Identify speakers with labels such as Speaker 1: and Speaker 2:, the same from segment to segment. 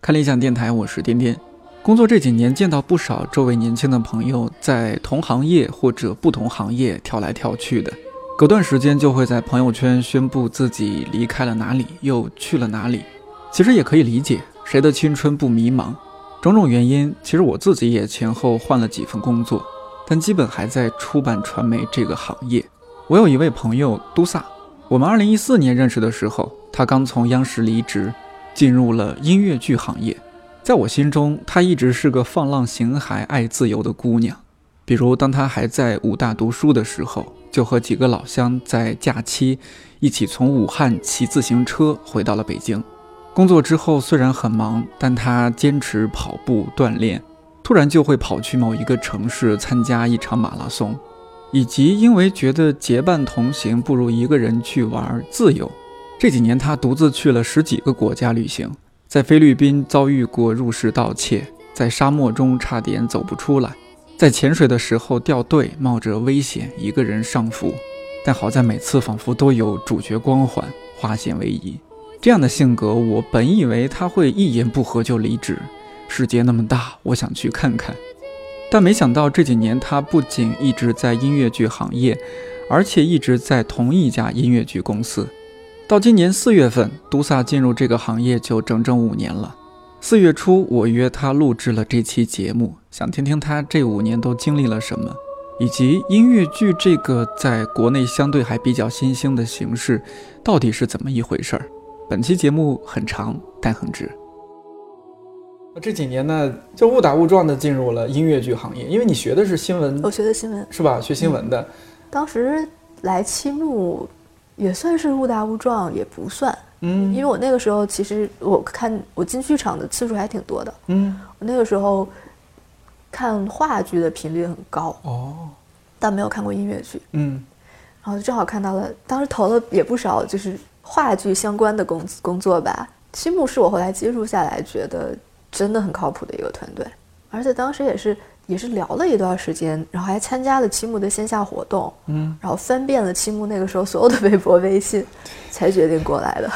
Speaker 1: 看理想电台，我是颠颠。工作这几年，见到不少周围年轻的朋友在同行业或者不同行业跳来跳去的，隔段时间就会在朋友圈宣布自己离开了哪里，又去了哪里。其实也可以理解，谁的青春不迷茫？种种原因，其实我自己也前后换了几份工作，但基本还在出版传媒这个行业。我有一位朋友都萨，我们二零一四年认识的时候，他刚从央视离职，进入了音乐剧行业。在我心中，她一直是个放浪形骸、爱自由的姑娘。比如，当她还在武大读书的时候，就和几个老乡在假期一起从武汉骑自行车回到了北京。工作之后虽然很忙，但她坚持跑步锻炼，突然就会跑去某一个城市参加一场马拉松，以及因为觉得结伴同行不如一个人去玩自由。这几年，她独自去了十几个国家旅行。在菲律宾遭遇过入室盗窃，在沙漠中差点走不出来，在潜水的时候掉队，冒着危险一个人上浮，但好在每次仿佛都有主角光环，化险为夷。这样的性格，我本以为他会一言不合就离职。世界那么大，我想去看看，但没想到这几年他不仅一直在音乐剧行业，而且一直在同一家音乐剧公司。到今年四月份，都萨进入这个行业就整整五年了。四月初，我约他录制了这期节目，想听听他这五年都经历了什么，以及音乐剧这个在国内相对还比较新兴的形式到底是怎么一回事儿。本期节目很长，但很值。这几年呢，就误打误撞的进入了音乐剧行业，因为你学的是新闻，
Speaker 2: 我学的新闻
Speaker 1: 是吧？学新闻的，
Speaker 2: 当时来七木。也算是误打误撞，也不算，
Speaker 1: 嗯，
Speaker 2: 因为我那个时候其实我看我进剧场的次数还挺多的，
Speaker 1: 嗯，
Speaker 2: 我那个时候看话剧的频率很高，
Speaker 1: 哦，
Speaker 2: 但没有看过音乐剧，
Speaker 1: 嗯，
Speaker 2: 然后正好看到了，当时投了也不少，就是话剧相关的工工作吧。七木是我后来接触下来觉得真的很靠谱的一个团队，而且当时也是也是聊了一段时间，然后还参加了七木的线下活动，
Speaker 1: 嗯，
Speaker 2: 然后翻遍了七木那个时候所有的微博、微信，才决定过来的。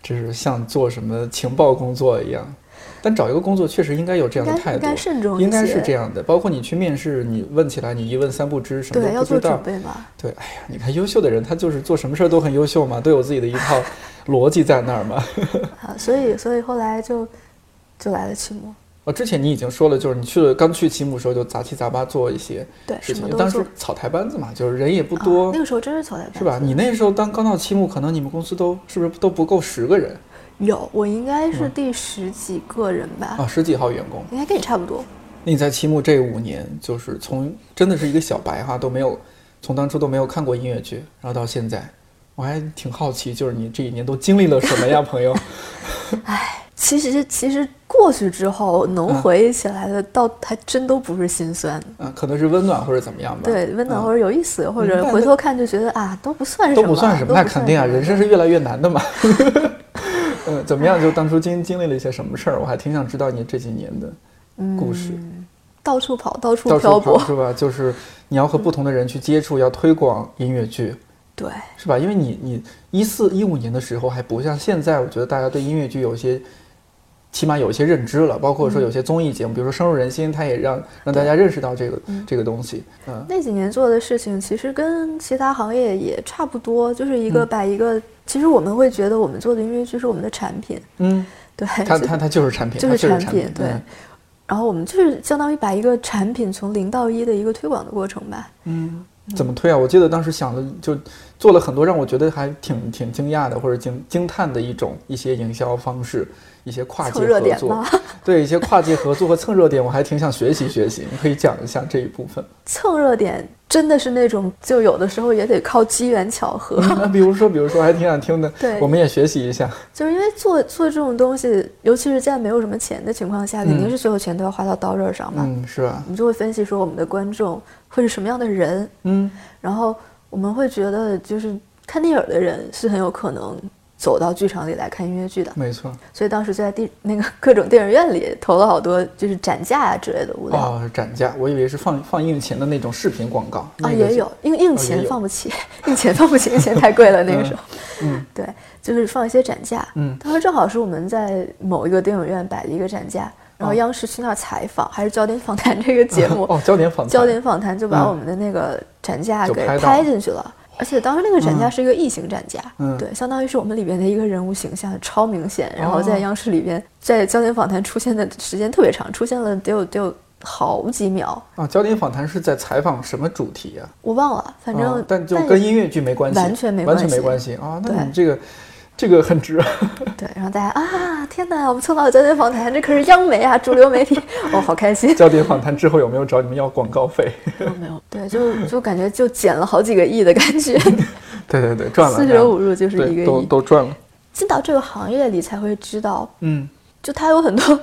Speaker 1: 这是像做什么情报工作一样，但找一个工作确实应该有这
Speaker 2: 应
Speaker 1: 样的
Speaker 2: 该
Speaker 1: 态
Speaker 2: 应
Speaker 1: 度，
Speaker 2: 该慎重一些，
Speaker 1: 应该是这样的。包括你去面试，你问起来，你一问三不知，什么
Speaker 2: 对，
Speaker 1: 都
Speaker 2: 要
Speaker 1: 不
Speaker 2: 做
Speaker 1: 知道
Speaker 2: 准。备嘛。
Speaker 1: 对，哎呀，你看优秀的人，他就是做什么事儿都很优秀嘛，都有自己的一 套逻辑在那儿嘛。
Speaker 2: 啊，所以所以后来就就来了期末，
Speaker 1: 我哦之前你已经说了，就是你去了刚去吉姆的时候就杂七杂八做一些
Speaker 2: 对，
Speaker 1: 事
Speaker 2: 什么
Speaker 1: 情，
Speaker 2: 都
Speaker 1: 当
Speaker 2: 做
Speaker 1: 时。草台班子嘛，就是人也不
Speaker 2: 啊
Speaker 1: 多，
Speaker 2: 那个时候真是草台班子，
Speaker 1: 是吧？你那时候当刚到期末，可能你们公司都是不是都不够十个人
Speaker 2: 有，我应该是
Speaker 1: 嗯
Speaker 2: 第十几个人吧，
Speaker 1: 啊，十几号员工。
Speaker 2: 应该跟你差不多。
Speaker 1: 那你在期末这五年，就是从真的是一个小白哈，都没有从当初都没有看过音乐剧，然后到现在，我还挺好奇，就是你这一年都经历了什么呀，朋友？
Speaker 2: 其实其实过去之后能
Speaker 1: 嗯
Speaker 2: 回忆起来的，倒还真都不是心酸，
Speaker 1: 啊，可能是温暖或者怎么样吧？
Speaker 2: 对，温暖或者有意思，或
Speaker 1: 嗯
Speaker 2: 者
Speaker 1: 那
Speaker 2: 回头看就觉得啊，都不算什
Speaker 1: 都
Speaker 2: 么，
Speaker 1: 不算什么，
Speaker 2: 都
Speaker 1: 那
Speaker 2: 不
Speaker 1: 肯
Speaker 2: 算
Speaker 1: 定啊，
Speaker 2: 什么
Speaker 1: 人生是越来越难的嘛。 嗯，怎么样？就当初经经历了一些什么事儿，我还挺想知道你这几年的故事，
Speaker 2: 到处跑，到处
Speaker 1: 到处
Speaker 2: 嗯漂
Speaker 1: 跑
Speaker 2: 泊，
Speaker 1: 是吧？就是你要和不同的人去接触，要推广音乐剧，
Speaker 2: 对，
Speaker 1: 是吧？因为你你一四一五年的时候还不像现在，我觉得大家对音乐剧有些，起码有一些认知了，包括
Speaker 2: 嗯
Speaker 1: 说有些综艺节目，比如说《深入人心》，它也让让大家认识到这个、这个东西。嗯
Speaker 2: 那几年做的事情其实跟其他行业也差不多，就是一
Speaker 1: 嗯
Speaker 2: 个把一个，其实我们会觉得我们做的音乐剧是我们的产品，
Speaker 1: 嗯，
Speaker 2: 对，
Speaker 1: 它它它就是产品，
Speaker 2: 就
Speaker 1: 它
Speaker 2: 是
Speaker 1: 确实
Speaker 2: 产
Speaker 1: 产品，
Speaker 2: 对
Speaker 1: 嗯。
Speaker 2: 然后我们就是相当于把一个产品从零到一的一个推广的过程吧。
Speaker 1: 嗯，怎么推啊？我记得当时想了，就做了很多让我觉得还挺挺惊讶的，或者惊惊叹的一种一些营销方式，一些跨界
Speaker 2: 蹭热
Speaker 1: 合
Speaker 2: 点
Speaker 1: 作
Speaker 2: 吗，
Speaker 1: 对一些跨界合作和蹭热点，我还挺想学习学习。你可以讲一下这一部分。
Speaker 2: 蹭热点真的是那种，就有的时候也得靠机缘巧合，
Speaker 1: 那比如说，比如说，还挺想听的，
Speaker 2: 对
Speaker 1: 我们也学习一下。
Speaker 2: 就是因为做做这种东西，尤其是在没有什么钱的情况下，肯定是所有钱都要花到刀刃上嘛。
Speaker 1: 嗯，是吧
Speaker 2: 我？们就会分析说我们的观众会是什么样的人，
Speaker 1: 嗯
Speaker 2: 然后我们会觉得，就是看电影的人是很有可能走到剧场里来看音乐剧的。
Speaker 1: 没错，
Speaker 2: 所以当时就在地那个各种电影院里投了好多就是展架啊之类的物料。
Speaker 1: 哦，展架，我以为是放放映前的那种视频广告，那
Speaker 2: 啊，
Speaker 1: 个
Speaker 2: 也有硬硬
Speaker 1: 也
Speaker 2: 钱
Speaker 1: 有
Speaker 2: 放不起，硬钱放不起，硬钱太贵了那个时候。
Speaker 1: 嗯
Speaker 2: 对，就是放一些展架。
Speaker 1: 嗯
Speaker 2: 当时正好是我们在某一个电影院摆了一个展架，然后央视去那儿采访，还是《焦点访谈》这个节目，
Speaker 1: 嗯哦，焦点访谈，
Speaker 2: 焦点访谈》就把
Speaker 1: 嗯
Speaker 2: 我们的那个展架
Speaker 1: 就
Speaker 2: 给
Speaker 1: 拍到
Speaker 2: 拍
Speaker 1: 了
Speaker 2: 进去了。而且当时那个展架
Speaker 1: 嗯
Speaker 2: 是一个异形展架，
Speaker 1: 嗯
Speaker 2: 对，相当于是我们里边的一个人物形象，超明显。然后在
Speaker 1: 哦
Speaker 2: 央视里边，在《焦点访谈》出现的时间特别长，出现了得有得有好几秒，
Speaker 1: 啊，焦点访谈是在采访什么主题啊？
Speaker 2: 我忘了，反正、
Speaker 1: 啊但就
Speaker 2: 也
Speaker 1: 跟音乐剧没关系，
Speaker 2: 完全没
Speaker 1: 完
Speaker 2: 关
Speaker 1: 全没
Speaker 2: 系
Speaker 1: 关系啊。那
Speaker 2: 对
Speaker 1: 你这个这个很值啊，
Speaker 2: 对，然后大家啊，天哪，我们蹭到了焦点访谈，这可是央媒啊，主流媒体，我、好开心。
Speaker 1: 焦点访谈之后有没有找你们要广告费？
Speaker 2: 没有没有，对，就就感觉就减了好几个亿的感觉，
Speaker 1: 对对对，赚了赚
Speaker 2: 四舍
Speaker 1: 了
Speaker 2: 五入就是
Speaker 1: 嗯对
Speaker 2: 一个
Speaker 1: 都
Speaker 2: 亿。
Speaker 1: 都赚了。
Speaker 2: 进到这个行业里才会知道，
Speaker 1: 嗯，
Speaker 2: 就它有很多，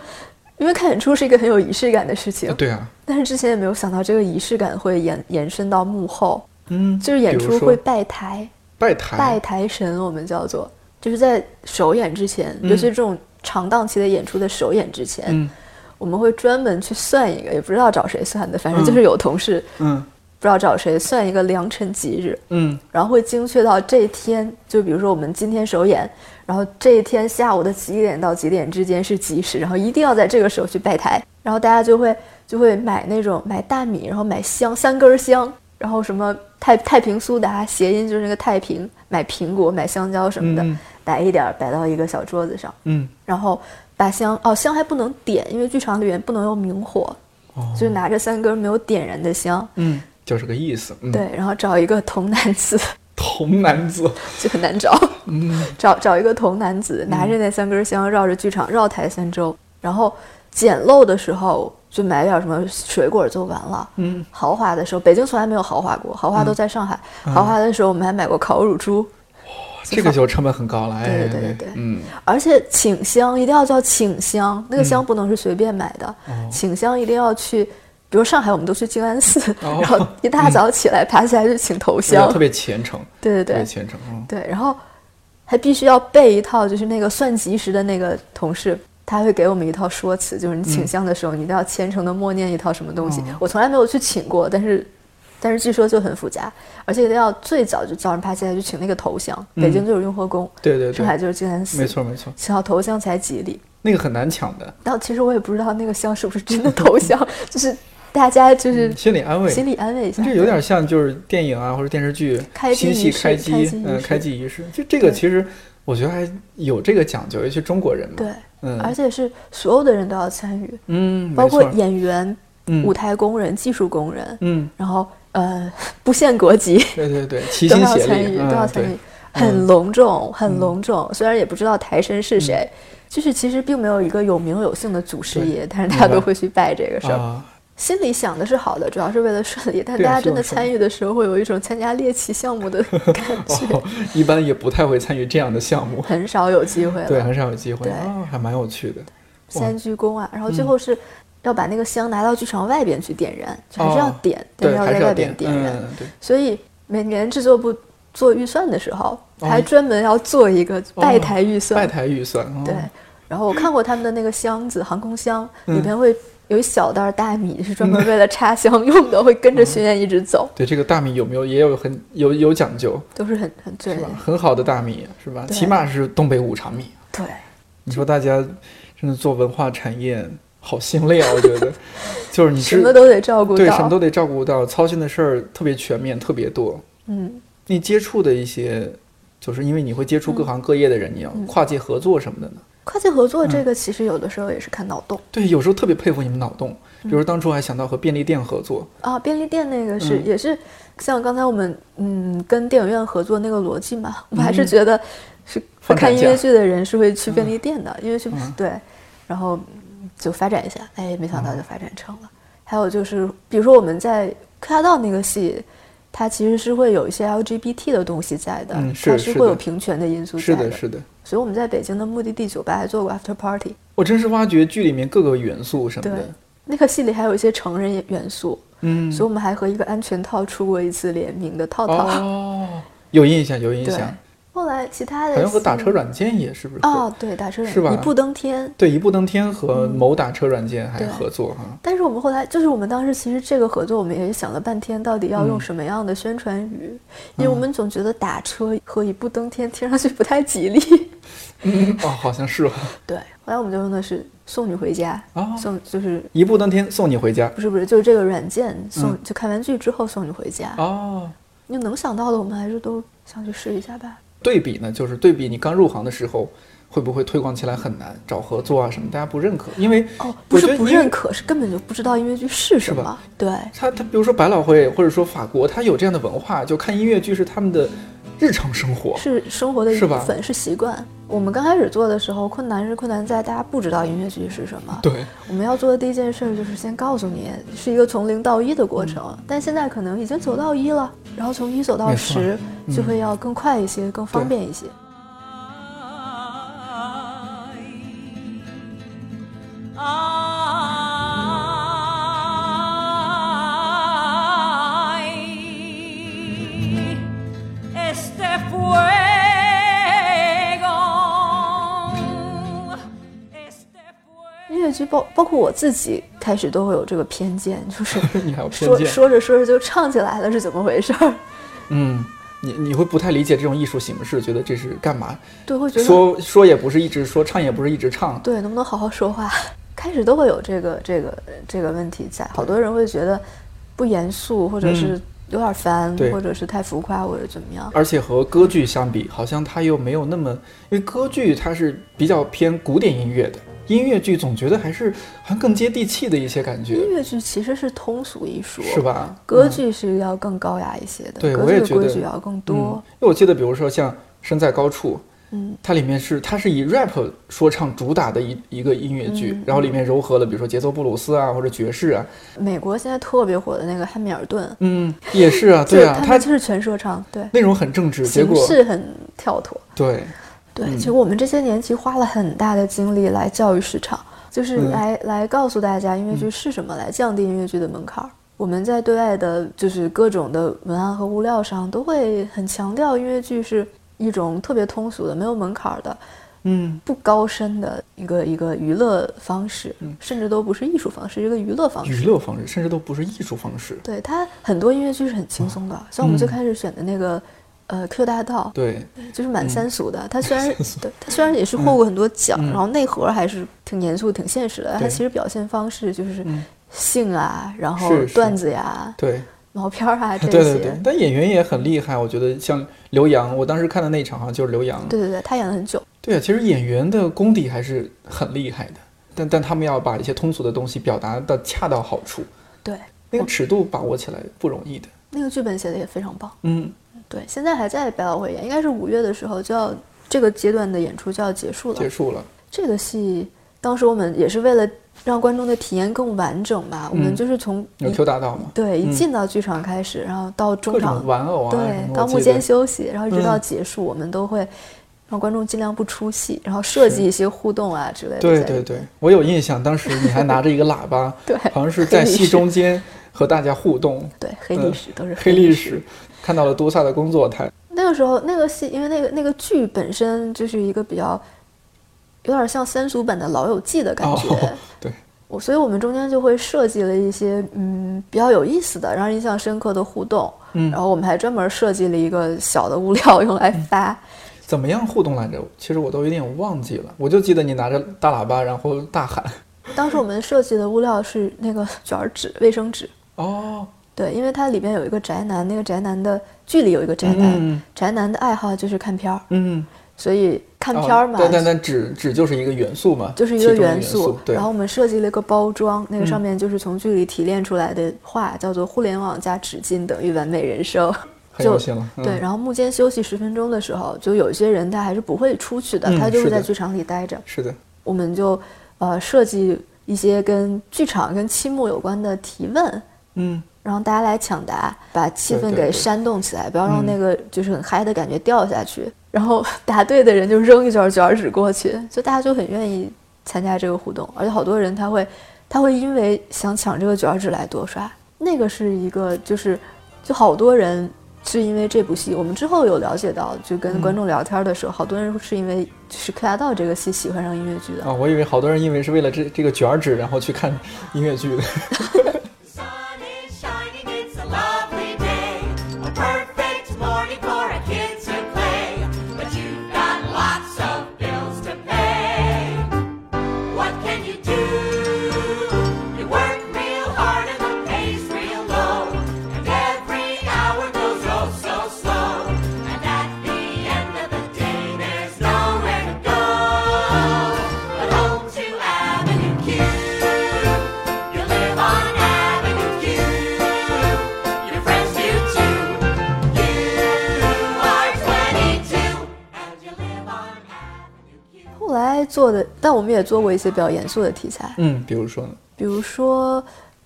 Speaker 2: 因为看演出是一个很有仪式感的事情，
Speaker 1: 对啊，
Speaker 2: 但是之前也没有想到这个仪式感会延延伸到幕后，
Speaker 1: 嗯，
Speaker 2: 就是演
Speaker 1: 比如
Speaker 2: 出
Speaker 1: 说
Speaker 2: 会拜台，
Speaker 1: 拜台，
Speaker 2: 拜台神，我们叫做，就是在首演之前，尤其是这种长档期的演出的首演之前，
Speaker 1: 嗯
Speaker 2: 我们会专门去算一个，也不知道找谁算的，反正就是有同事、
Speaker 1: 嗯
Speaker 2: 不知道找谁算一个良辰吉日，
Speaker 1: 嗯，
Speaker 2: 然后会精确到这一天，就比如说我们今天首演，然后这一天下午的几点到几点之间是吉时，然后一定要在这个时候去拜台，然后大家就会就会买那种买大米，然后买香三根香，然后什么太太平苏打，谐音就是那个太平，买苹果买香蕉什么的
Speaker 1: 嗯，
Speaker 2: 摆一点儿摆到一个小桌子上，
Speaker 1: 嗯，
Speaker 2: 然后把香哦香还不能点，因为剧场里面不能用明火，
Speaker 1: 哦，
Speaker 2: 就拿着三根没有点燃的香，
Speaker 1: 嗯，就是个意思。嗯，
Speaker 2: 对，然后找一个童男子，
Speaker 1: 童男子，嗯
Speaker 2: 就很难找，找找一个童男子，拿着那三根香绕着剧场绕台三周，然后简陋的时候就买点什么水果就完了。
Speaker 1: 嗯，
Speaker 2: 豪华的时候，北京从来没有豪华过，豪华都在上海。
Speaker 1: 嗯
Speaker 2: 豪华的时候，我们还买过烤乳猪，
Speaker 1: 这个就成本很高了。哎
Speaker 2: 对对对对对
Speaker 1: 嗯，
Speaker 2: 而且请香一定要叫请香，那个香不能是随便买的，
Speaker 1: 哦
Speaker 2: 请香一定要去，比如上海我们都去静安寺，
Speaker 1: 哦嗯
Speaker 2: 然后一大早起来爬起来就请头
Speaker 1: 这个
Speaker 2: 香
Speaker 1: 特，别虔诚，
Speaker 2: 对对
Speaker 1: 特别
Speaker 2: 对
Speaker 1: 虔诚。嗯
Speaker 2: 对，然后还必须要备一套，就是那个算吉时的那个同事。他会给我们一套说辞，就是你请香的时候，你一定要虔诚的默念一套什么东西。
Speaker 1: 哦
Speaker 2: 我从来没有去请过，但是，但是据说就很复杂，而且一定要最早就早上爬起来就请那个头香。北京就是雍和宫，
Speaker 1: 对嗯对
Speaker 2: 上海
Speaker 1: 对，
Speaker 2: 就是静安寺，
Speaker 1: 没错没错，
Speaker 2: 请到头香才吉利。
Speaker 1: 那个很难抢的，
Speaker 2: 但其实我也不知道那个香是不是真的头 香，就是大家就是
Speaker 1: 心理安慰。
Speaker 2: 心里安慰一下。
Speaker 1: 嗯这有点像就是电影啊或者电视剧
Speaker 2: 开
Speaker 1: 新
Speaker 2: 机
Speaker 1: 戏
Speaker 2: 仪式
Speaker 1: 开
Speaker 2: 开
Speaker 1: 机
Speaker 2: 机，仪
Speaker 1: 嗯，
Speaker 2: 式
Speaker 1: 开机仪式，就这个
Speaker 2: 对
Speaker 1: 其实我觉得还有这个讲究，尤其中国人嘛，
Speaker 2: 对，而
Speaker 1: 嗯
Speaker 2: 且是所有的人都要参与，
Speaker 1: 嗯，
Speaker 2: 包
Speaker 1: 没
Speaker 2: 括
Speaker 1: 错
Speaker 2: 演员、
Speaker 1: 嗯
Speaker 2: 舞台工人、技术工人，
Speaker 1: 嗯，
Speaker 2: 然后呃 不限国籍
Speaker 1: 对对对，齐
Speaker 2: 都
Speaker 1: 心
Speaker 2: 要
Speaker 1: 协
Speaker 2: 参
Speaker 1: 力，
Speaker 2: 与，都要
Speaker 1: 嗯，对
Speaker 2: 参与，，很隆重，很隆重。虽然也不知道台神是
Speaker 1: 嗯
Speaker 2: 谁，就是其实并没有一个有名有姓的祖师爷，但是大家
Speaker 1: 明白
Speaker 2: 都会去拜这个事儿。
Speaker 1: 啊，
Speaker 2: 心里想的是好的，主要是为了顺利，但
Speaker 1: 对
Speaker 2: 大
Speaker 1: 啊
Speaker 2: 家
Speaker 1: 希望
Speaker 2: 真的
Speaker 1: 顺利
Speaker 2: 参与的时候，会有一种参加猎奇项目的感觉。
Speaker 1: 哦， 一般也不太会参与这样的项目，
Speaker 2: 很少有机会
Speaker 1: 对，
Speaker 2: 了。
Speaker 1: 很少有机会
Speaker 2: 对
Speaker 1: 啊，还蛮有趣的，
Speaker 2: 三鞠躬啊，然后最后是
Speaker 1: 嗯
Speaker 2: 要把那个香拿到剧场外边去点燃，就还是
Speaker 1: 哦
Speaker 2: 要点，但
Speaker 1: 对，
Speaker 2: 是要
Speaker 1: 还
Speaker 2: 在
Speaker 1: 是
Speaker 2: 外
Speaker 1: 要
Speaker 2: 边
Speaker 1: 点，
Speaker 2: 点燃。
Speaker 1: 嗯，对，
Speaker 2: 所以每年制作部做预算的时候，还
Speaker 1: 哦
Speaker 2: 专门要做一个拜台预算。
Speaker 1: 拜台预算，哦
Speaker 2: 对，然后我看过他们的那个箱子，航空箱
Speaker 1: 嗯
Speaker 2: 里边会有一小袋大米，是专门为了插香用的，会跟着巡演一直走，
Speaker 1: 对，这个大米有没有也有很有有讲究，
Speaker 2: 都是很很对
Speaker 1: 是吧？很好的大米是吧？
Speaker 2: 对
Speaker 1: 起码是东北五常米，
Speaker 2: 对。
Speaker 1: 你说大家真的做文化产业好心累啊，我觉得，就是你
Speaker 2: 什
Speaker 1: 知
Speaker 2: 么都得照顾
Speaker 1: 对什么
Speaker 2: 到，
Speaker 1: 都得照顾到，操心的事儿特别全面，特别多。
Speaker 2: 嗯，
Speaker 1: 你接触的一些，就是因为你会接触各行各业的人，你
Speaker 2: 嗯
Speaker 1: 要跨界合作什么的呢？
Speaker 2: 跨界合作
Speaker 1: 嗯
Speaker 2: 这个其实有的时候也是看脑洞。
Speaker 1: 对，有时候特别佩服你们脑洞。
Speaker 2: 嗯
Speaker 1: 比如当初还想到和便利店合作，
Speaker 2: 啊，便利店那个是、
Speaker 1: 嗯
Speaker 2: 也是像刚才我们嗯跟电影院合作那个逻辑嘛，我还是觉得是会
Speaker 1: 嗯放
Speaker 2: 看
Speaker 1: 展
Speaker 2: 音
Speaker 1: 架
Speaker 2: 乐剧的人是会去便利店的，因为去、
Speaker 1: 嗯
Speaker 2: 对，然后嗯就发展一下，哎，没想到就发展成了。还有就是比如说我们在科大道那个戏。它其实是会有一些 LGBT 的东西在的，
Speaker 1: 嗯是
Speaker 2: 它
Speaker 1: 是
Speaker 2: 会有
Speaker 1: 的
Speaker 2: 平权的因素在
Speaker 1: 是的，是的。
Speaker 2: 所以我们在北京的目的地酒吧还做过 after party，
Speaker 1: 我真是挖掘剧里面各个元素什么
Speaker 2: 对
Speaker 1: 的，，
Speaker 2: 那个戏里还有一些成人元素，
Speaker 1: 嗯，
Speaker 2: 所以我
Speaker 1: 哦
Speaker 2: 们还和一个安全套出过一次联名的套套。
Speaker 1: 哦，有印象，有印
Speaker 2: 对
Speaker 1: 象。
Speaker 2: 后来其他的
Speaker 1: 好像和打
Speaker 2: 新
Speaker 1: 车软件也是不是？
Speaker 2: 哦，对，打车软
Speaker 1: 是吧
Speaker 2: 一步登天。
Speaker 1: 对，一步登天和某打车软件还
Speaker 2: 对
Speaker 1: 合作哈。
Speaker 2: 但是我们后来就是我们当时其实这个合作，我们也想了半天，到底要用
Speaker 1: 嗯
Speaker 2: 什么样的宣传语，因为我们总觉得打车和一步登天听上去不太吉利。
Speaker 1: 嗯，哦，好像是吧。
Speaker 2: 对，后来我们就用的是送你回家，
Speaker 1: 哦
Speaker 2: 送就是
Speaker 1: 一步登天送你回家。
Speaker 2: 不是不是就是这个软件送、
Speaker 1: 嗯
Speaker 2: 就看完剧之后送你回家。
Speaker 1: 哦，
Speaker 2: 你能想到的，我们还是都想去试一下吧。
Speaker 1: 对比呢，就是对比你刚入行的时候，会不会推广起来很难，找合作啊什么，大家不认可，因为
Speaker 2: 哦，不
Speaker 1: 我觉
Speaker 2: 是
Speaker 1: 得
Speaker 2: 不
Speaker 1: 音乐
Speaker 2: 认可，是根本就不知道音乐剧是什
Speaker 1: 吧哦
Speaker 2: 么。对，
Speaker 1: 他他比如说百老汇或者说法国，他有这样的文化，就看音乐剧是他们的日常生活。
Speaker 2: 是生活的一
Speaker 1: 是
Speaker 2: 部
Speaker 1: 吧
Speaker 2: 分，是习惯。我们刚开始做的时候，困难是困难在大家不知道音乐剧是什么。
Speaker 1: 对，
Speaker 2: 我们要做的第一件事就是先告诉你，是一个从零到一的
Speaker 1: 嗯
Speaker 2: 过程。但现在可能已经走到一了，然后从一走到
Speaker 1: 没错
Speaker 2: 十
Speaker 1: 嗯
Speaker 2: 就会要更快一些，更方
Speaker 1: 对
Speaker 2: 便一些。
Speaker 3: Ay, este fuego, este fuego.
Speaker 2: 音乐剧包包括我自己开始都会有这个偏见，就是
Speaker 1: 你还有偏
Speaker 2: 说
Speaker 1: 见。
Speaker 2: 说着说着就唱起来了是怎么回事儿？
Speaker 1: 嗯，你你会不太理解这种艺术形式，觉得这是干嘛？
Speaker 2: 对，会觉得
Speaker 1: 说说也不是一直说，唱也不是一直唱。
Speaker 2: 对，能不能好好说话？开始都会有这个这个这个问题在，好多人会觉得不严肃，或者是
Speaker 1: 嗯
Speaker 2: 有点烦，
Speaker 1: 对
Speaker 2: 或者是太浮夸，或者怎么样。
Speaker 1: 而且和歌剧相比，好像它又没有那么，因为歌剧它是比较偏古典音乐的，音乐剧总觉得还是好像更接地气的一些感
Speaker 2: 音
Speaker 1: 觉，
Speaker 2: 乐剧其实是通俗艺术，
Speaker 1: 是？吧？
Speaker 2: 歌
Speaker 1: 嗯
Speaker 2: 剧是要更高雅一些的，
Speaker 1: 对
Speaker 2: 歌
Speaker 1: 我也
Speaker 2: 剧的
Speaker 1: 觉得
Speaker 2: 规矩要更
Speaker 1: 嗯
Speaker 2: 多。，
Speaker 1: 因为我记得，比如说像《身在高处》，
Speaker 2: 嗯，
Speaker 1: 它里面是它是以 rap 说唱主打的一一个音乐剧，
Speaker 2: 嗯
Speaker 1: 然后里面糅合了比如说节奏布鲁斯啊或者爵士啊，
Speaker 2: 美国现在特别火的那个汉密尔顿，
Speaker 1: 嗯，也是啊，
Speaker 2: 就
Speaker 1: 对啊，
Speaker 2: 他
Speaker 1: 它
Speaker 2: 们就是全说唱，对，
Speaker 1: 内容很正直，结
Speaker 2: 形
Speaker 1: 果
Speaker 2: 式很跳脱。
Speaker 1: 对，
Speaker 2: 对，
Speaker 1: 嗯
Speaker 2: 其实我们这些年其实花了很大的精力来教育市场，就是
Speaker 1: 嗯
Speaker 2: 来、来告诉大家音乐剧是什么，来降低音乐剧的门槛儿。我们在对外的，就是各种的文案和物料上，都会很强调音乐剧是一种特别通俗的、没有门槛儿的、
Speaker 1: 嗯，
Speaker 2: 不高深的一个一个娱乐方式，
Speaker 1: 嗯
Speaker 2: 甚至都不是艺术方式，是一个娱乐方式。
Speaker 1: 娱乐方式甚至都不是艺术方式，
Speaker 2: 对它很多音乐剧是很轻松的，
Speaker 1: 哦
Speaker 2: 像我们最
Speaker 1: 嗯
Speaker 2: 开始选的那个，呃，Q 大道，
Speaker 1: 对，
Speaker 2: 就是
Speaker 1: 嗯
Speaker 2: 蛮三俗的。它虽然对它虽然也是获过很多奖，然后内核还是挺严肃、挺现实的。它
Speaker 1: 对
Speaker 2: 其实表现方式就是
Speaker 1: 嗯
Speaker 2: 性啊，然后
Speaker 1: 是是
Speaker 2: 段子呀、
Speaker 1: 对。
Speaker 2: 毛片儿啊这
Speaker 1: 对
Speaker 2: 些。
Speaker 1: 对对，但演员也很厉害，我觉得像刘洋，我当时看的那一场好像就是刘洋。
Speaker 2: 对对对他演了很久。
Speaker 1: 对啊，其实演员的功底还是很厉害的，但但他们要把一些通俗的东西表达的恰到好处，
Speaker 2: 对，
Speaker 1: 那个尺度把握起来不容易的。
Speaker 2: 那个剧本写的也非常棒。
Speaker 1: 嗯，
Speaker 2: 对，现在还在百老汇演，应该是五月的时候就要这个阶段的演出就要结束了
Speaker 1: 结。束了。
Speaker 2: 这个戏当时我们也是为了让观众的体验更完整吧，我们
Speaker 1: 嗯
Speaker 2: 就是从
Speaker 1: 有
Speaker 2: 一
Speaker 1: Q 大道吗？
Speaker 2: 对一
Speaker 1: 嗯
Speaker 2: 进到剧场开始，然后到中
Speaker 1: 各
Speaker 2: 场
Speaker 1: 种玩偶啊，什
Speaker 2: 对，
Speaker 1: 么
Speaker 2: 到
Speaker 1: 我
Speaker 2: 幕
Speaker 1: 记得
Speaker 2: 间休息，然后一直到
Speaker 1: 嗯
Speaker 2: 结束，我们都会让观众尽量不出戏，然后设计一些互动啊之类的。，
Speaker 1: 对对，对，我有印象，当时你还拿着一个喇叭
Speaker 2: 对
Speaker 1: 好像是在
Speaker 2: 黑历
Speaker 1: 戏
Speaker 2: 史
Speaker 1: 中间和大家互动。
Speaker 2: 对，黑
Speaker 1: 嗯
Speaker 2: 历史都是
Speaker 1: 黑
Speaker 2: 历
Speaker 1: 历史，看到了多萨的工作台。
Speaker 2: 那个时候那个戏，因为那个那个剧本身就是一个比较，有点像三俗版的《老友记》的感觉。
Speaker 1: 哦，对，
Speaker 2: 我所以，我们中间就会设计了一些嗯比较有意思的、让人印象深刻的互动。
Speaker 1: 嗯
Speaker 2: 然后我们还专门设计了一个小的物料用来发。
Speaker 1: 怎么样互动来着？其实我都有点忘记了，我就记得你拿着大喇叭，然后大喊。
Speaker 2: 当时我们设计的物料是那个卷儿纸、卫生纸。
Speaker 1: 哦，
Speaker 2: 对，因为它里边有一个宅男，那个宅男的剧里有一个宅男，
Speaker 1: 嗯
Speaker 2: 宅男的爱好就是看片儿，
Speaker 1: 嗯，
Speaker 2: 所以看片儿嘛，
Speaker 1: 但但但纸纸就是一个元素嘛，
Speaker 2: 就是一
Speaker 1: 哦其
Speaker 2: 个
Speaker 1: 中的
Speaker 2: 元
Speaker 1: 元
Speaker 2: 素。
Speaker 1: 对
Speaker 2: 然后我们设计了一个包装，那个上
Speaker 1: 嗯
Speaker 2: 面就是从剧里提炼出来的话，叫做“互联网加纸巾等于完美人生”。
Speaker 1: 很
Speaker 2: 就
Speaker 1: 有心了。嗯
Speaker 2: 对，，然后幕间休息十分钟的时候，就有一些人他还是不会出去的，
Speaker 1: 嗯
Speaker 2: 他就是会在
Speaker 1: 的
Speaker 2: 剧场里待着。
Speaker 1: 是的，
Speaker 2: 我们就呃设计一些跟剧场、跟期末有关的提问，
Speaker 1: 嗯，
Speaker 2: 然后大家来抢答，把气
Speaker 1: 对
Speaker 2: 氛
Speaker 1: 对嗯
Speaker 2: 给
Speaker 1: 对
Speaker 2: 煽动起来，不要让那个就是很嗨的感觉掉下去。然后答对的人就扔一卷卷纸过去，就大家就很愿意参加这个互动，而且好多人他会他会因为想抢这个卷纸来多刷，那个是一个就是就好多人是因为这部戏，我们之后有了解到，就跟
Speaker 1: 嗯
Speaker 2: 观众聊天的时候，好多人是因为就是《柯达道》这个戏喜欢上音乐剧的。
Speaker 1: 啊，我以为好多人因为是为了这这个卷儿纸，然后去看音乐剧的。
Speaker 3: sun is shining, it's a lovely day. A perfect morning for a kid to play. But you've got lots of bills to pay. What can you do? You work real hard and the pay's real low. And every hour goes oh so slow. And at the end of the day, there's nowhere to go. But home to Avenue Q. You live on Avenue Q. Your friends do too. You are 22 and you live on Avenue Q.
Speaker 2: 后来做的，但我们也做过一些比较严肃的题材，
Speaker 1: 嗯，比如说呢，
Speaker 2: 比如说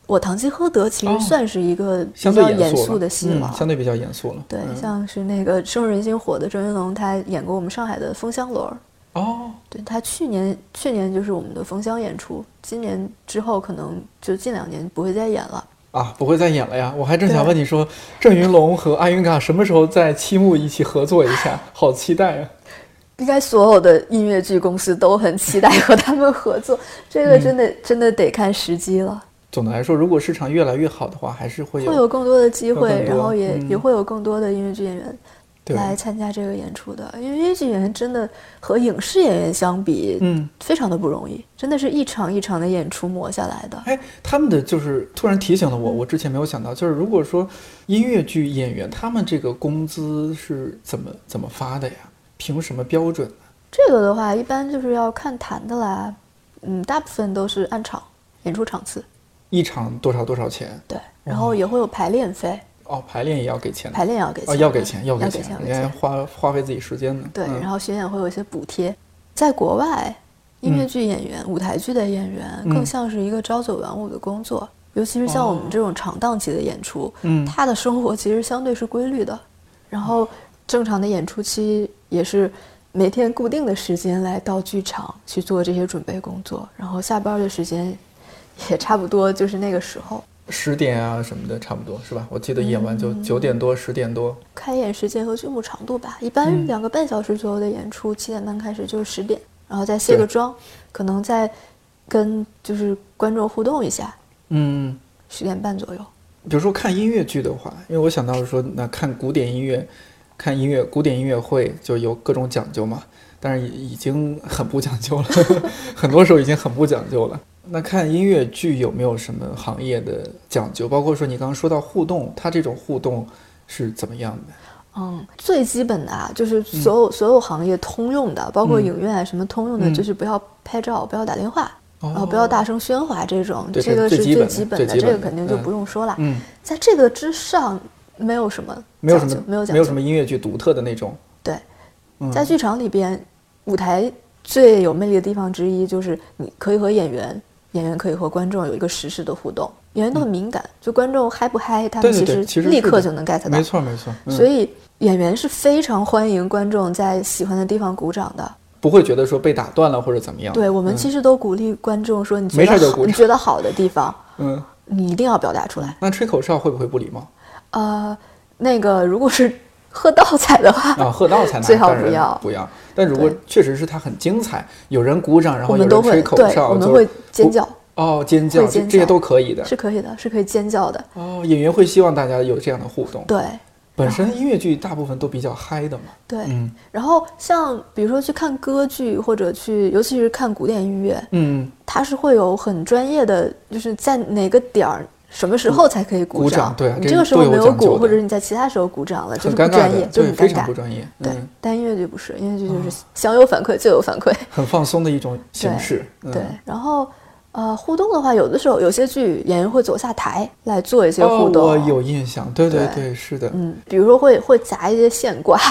Speaker 2: 我堂吉诃德，其
Speaker 1: 哦
Speaker 2: 实算是一个比
Speaker 1: 相对
Speaker 2: 较严
Speaker 1: 严
Speaker 2: 肃
Speaker 1: 了
Speaker 2: 的戏了。
Speaker 1: 嗯，相对比较严肃了。
Speaker 2: 对，
Speaker 1: 嗯
Speaker 2: 像是那个《生人心火》的郑云龙，他演过我们上海的《风箱楼》。
Speaker 1: 哦，
Speaker 2: 对他去年去年就是我们的封箱演出，今年之后可能就近两年不会再演了。
Speaker 1: 啊，不会再演了呀！我还正想
Speaker 2: 对
Speaker 1: 问你说，郑云龙和阿云嘎什么时候在七木一起合作一 下？好期待啊！
Speaker 2: 应该所有的音乐剧公司都很期待和他们 合作，这
Speaker 1: 嗯
Speaker 2: 个真的、真的得看时机了，
Speaker 1: 总的来说，如果市场越来越好的话，还是会有
Speaker 2: 会有更多的机
Speaker 1: 有更
Speaker 2: 会，
Speaker 1: 多
Speaker 2: 然后也、
Speaker 1: 嗯
Speaker 2: 也会有更多的音乐剧演员
Speaker 1: 对
Speaker 2: 来参加这个演出的。因为音乐剧演员真的和影视演员相比，
Speaker 1: 嗯，
Speaker 2: 非常的不容易，真的是一场一场的演出磨下来的。
Speaker 1: 哎，他们的就是突然提醒了我，我之前没有想到，就是如果说音乐剧演员他们这个工资是怎么怎么发的呀？凭什么标准呢？
Speaker 2: 这个的话，一般就是要看谈的啦，嗯，大部分都是按场演出场次，
Speaker 1: 一场多少多少钱？
Speaker 2: 对，然后也会有排练费，
Speaker 1: 哦，排练也要给钱的，
Speaker 2: 排练也要给钱
Speaker 1: 哦
Speaker 2: 的，
Speaker 1: 要给钱，
Speaker 2: 要
Speaker 1: 给
Speaker 2: 钱，
Speaker 1: 钱
Speaker 2: 要，给
Speaker 1: 人家
Speaker 2: 钱，
Speaker 1: 花花费自己时间呢。
Speaker 2: 对，
Speaker 1: 嗯
Speaker 2: 然后巡演会有一些补贴。在国外，音乐剧演员、舞台剧的演员更
Speaker 1: 嗯哦
Speaker 2: 像是一个朝九晚五的工作，尤其是像我们这种长档期的演出，
Speaker 1: 嗯
Speaker 2: 他的生活其实相对是规律的，然后正常的演出期也是每天固定的时间来到剧场去做这些准备工作，然后下班的时间也差不多就是那个时候。
Speaker 1: 十点啊什么的，差不多是吧？我记得演完就九点多、十点多。
Speaker 2: 开演时间和剧目长度吧，一般两个半小时左右的演出，七点半开始就是十点，然后再卸个
Speaker 1: 对
Speaker 2: 妆，可能再跟就是观众互动一下，
Speaker 1: 嗯，
Speaker 2: 十点半左右。
Speaker 1: 比如说看音乐剧的话，因为我想到说，那看古典音乐，看音乐古典音乐会就有各种讲究嘛，但是已已经很不讲 究了，很多时候已经很不讲究了。那看音乐剧有没有什么行业的讲究？包括说你刚刚说到互动，它这种互动是怎么样的？
Speaker 2: 嗯，最基本的啊，就是所有、所有行业通用的，包括
Speaker 1: 嗯
Speaker 2: 影院啊什么通用的，
Speaker 1: 嗯
Speaker 2: 就是不要拍照，不要打电话，
Speaker 1: 哦
Speaker 2: 然后不要大声喧哗，这种
Speaker 1: 对
Speaker 2: 这个
Speaker 1: 这
Speaker 2: 是
Speaker 1: 最
Speaker 2: 最
Speaker 1: 基本的
Speaker 2: 基
Speaker 1: 最
Speaker 2: 本的，
Speaker 1: 基
Speaker 2: 这个
Speaker 1: 本的
Speaker 2: 肯定就
Speaker 1: 嗯
Speaker 2: 不用说了。
Speaker 1: 嗯，
Speaker 2: 在这个之上，没有什么
Speaker 1: 没有什
Speaker 2: 讲
Speaker 1: 么
Speaker 2: 究没有讲
Speaker 1: 没有
Speaker 2: 究
Speaker 1: 什么音乐剧独特的那种。
Speaker 2: 对，
Speaker 1: 嗯
Speaker 2: 在剧场里边，舞台最有魅力的地方之一就是你可以和演员，演员可以和观众有一个实时的互动，演员都很敏感，就观众嗨不嗨，他
Speaker 1: 对
Speaker 2: 们
Speaker 1: 嗯对对，其
Speaker 2: 实
Speaker 1: 实
Speaker 2: 立
Speaker 1: 是
Speaker 2: 刻
Speaker 1: 的
Speaker 2: 就能 get 到
Speaker 1: 没。错没错，嗯
Speaker 2: 所以演员是非常欢迎观众在喜欢的地方鼓掌的。
Speaker 1: 不会觉得说被打断了或者怎么样。
Speaker 2: 对我们
Speaker 1: 嗯
Speaker 2: 其实都鼓励观众说，你觉
Speaker 1: 没事
Speaker 2: 得
Speaker 1: 就
Speaker 2: 好
Speaker 1: 鼓
Speaker 2: 你
Speaker 1: 掌
Speaker 2: 觉得好的地方，
Speaker 1: 嗯，
Speaker 2: 你一定要表达出来。
Speaker 1: 那吹口哨会不会不礼 貌
Speaker 2: 呃，那个如果是喝倒彩的话，
Speaker 1: 啊？喝倒彩那
Speaker 2: 最好
Speaker 1: 当然
Speaker 2: 不要
Speaker 1: 不要。但如果
Speaker 2: 对
Speaker 1: 确实是它很精彩，有人鼓掌，然
Speaker 2: 我
Speaker 1: 后有
Speaker 2: 们都
Speaker 1: 人
Speaker 2: 会
Speaker 1: 吹口
Speaker 2: 对，
Speaker 1: 哨，
Speaker 2: 我们
Speaker 1: 就
Speaker 2: 会尖
Speaker 1: 不
Speaker 2: 叫，
Speaker 1: 哦，尖叫，
Speaker 2: 会
Speaker 1: 这
Speaker 2: 尖
Speaker 1: 这些
Speaker 2: 叫
Speaker 1: 都可以的。
Speaker 2: 是可以的，是可以尖叫的。
Speaker 1: 哦，演员会希望大家有这样的互动。
Speaker 2: 对
Speaker 1: 本身音乐剧大部分都比较嗨的嘛。
Speaker 2: 对，
Speaker 1: 嗯
Speaker 2: 然后像比如说去看歌剧，或者去，尤其是看古典音乐，
Speaker 1: 嗯，
Speaker 2: 它是会有很专业的，就是在哪个点儿、什么时候才可以
Speaker 1: 鼓
Speaker 2: 掌。
Speaker 1: 掌对啊
Speaker 2: 你
Speaker 1: 这
Speaker 2: 这个
Speaker 1: 个
Speaker 2: 时候
Speaker 1: 都有
Speaker 2: 没有
Speaker 1: 讲究
Speaker 2: 鼓，
Speaker 1: 的
Speaker 2: 或者是你在其他时候鼓掌了，就是
Speaker 1: 很
Speaker 2: 不
Speaker 1: 尴尬
Speaker 2: 专
Speaker 1: 的
Speaker 2: 业，，就
Speaker 1: 对，
Speaker 2: 很尴
Speaker 1: 非常
Speaker 2: 尬
Speaker 1: 不。专业。
Speaker 2: 对
Speaker 1: 嗯，，
Speaker 2: 但音乐剧不是，音乐剧就是想有反馈就有反馈。
Speaker 1: 很放松的一种形式。嗯
Speaker 2: 对，然后呃，互动的话，有的时候有些剧演员会走下台来做一些
Speaker 1: 哦
Speaker 2: 互，动。
Speaker 1: 我有印象，对对
Speaker 2: 对
Speaker 1: 对，是的。
Speaker 2: 嗯，比如说会会夹一些现挂，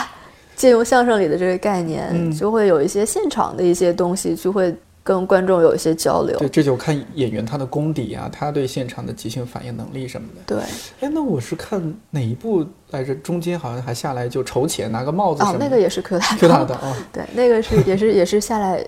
Speaker 2: 借用相声里的这个概念，
Speaker 1: 嗯
Speaker 2: 就会有一些现场的一些东西，就会跟观众有一些交流。
Speaker 1: 对，这就看演员他的功底啊，他对现场的即兴反应能力什么的。
Speaker 2: 对
Speaker 1: 哎，那我是看哪一部来着？中间好像还下来就筹钱，拿个帽子什
Speaker 2: 哦
Speaker 1: 么，的。
Speaker 2: 那个也是 Q 大
Speaker 1: Q 大的啊，
Speaker 2: 对，那个是也是也是下来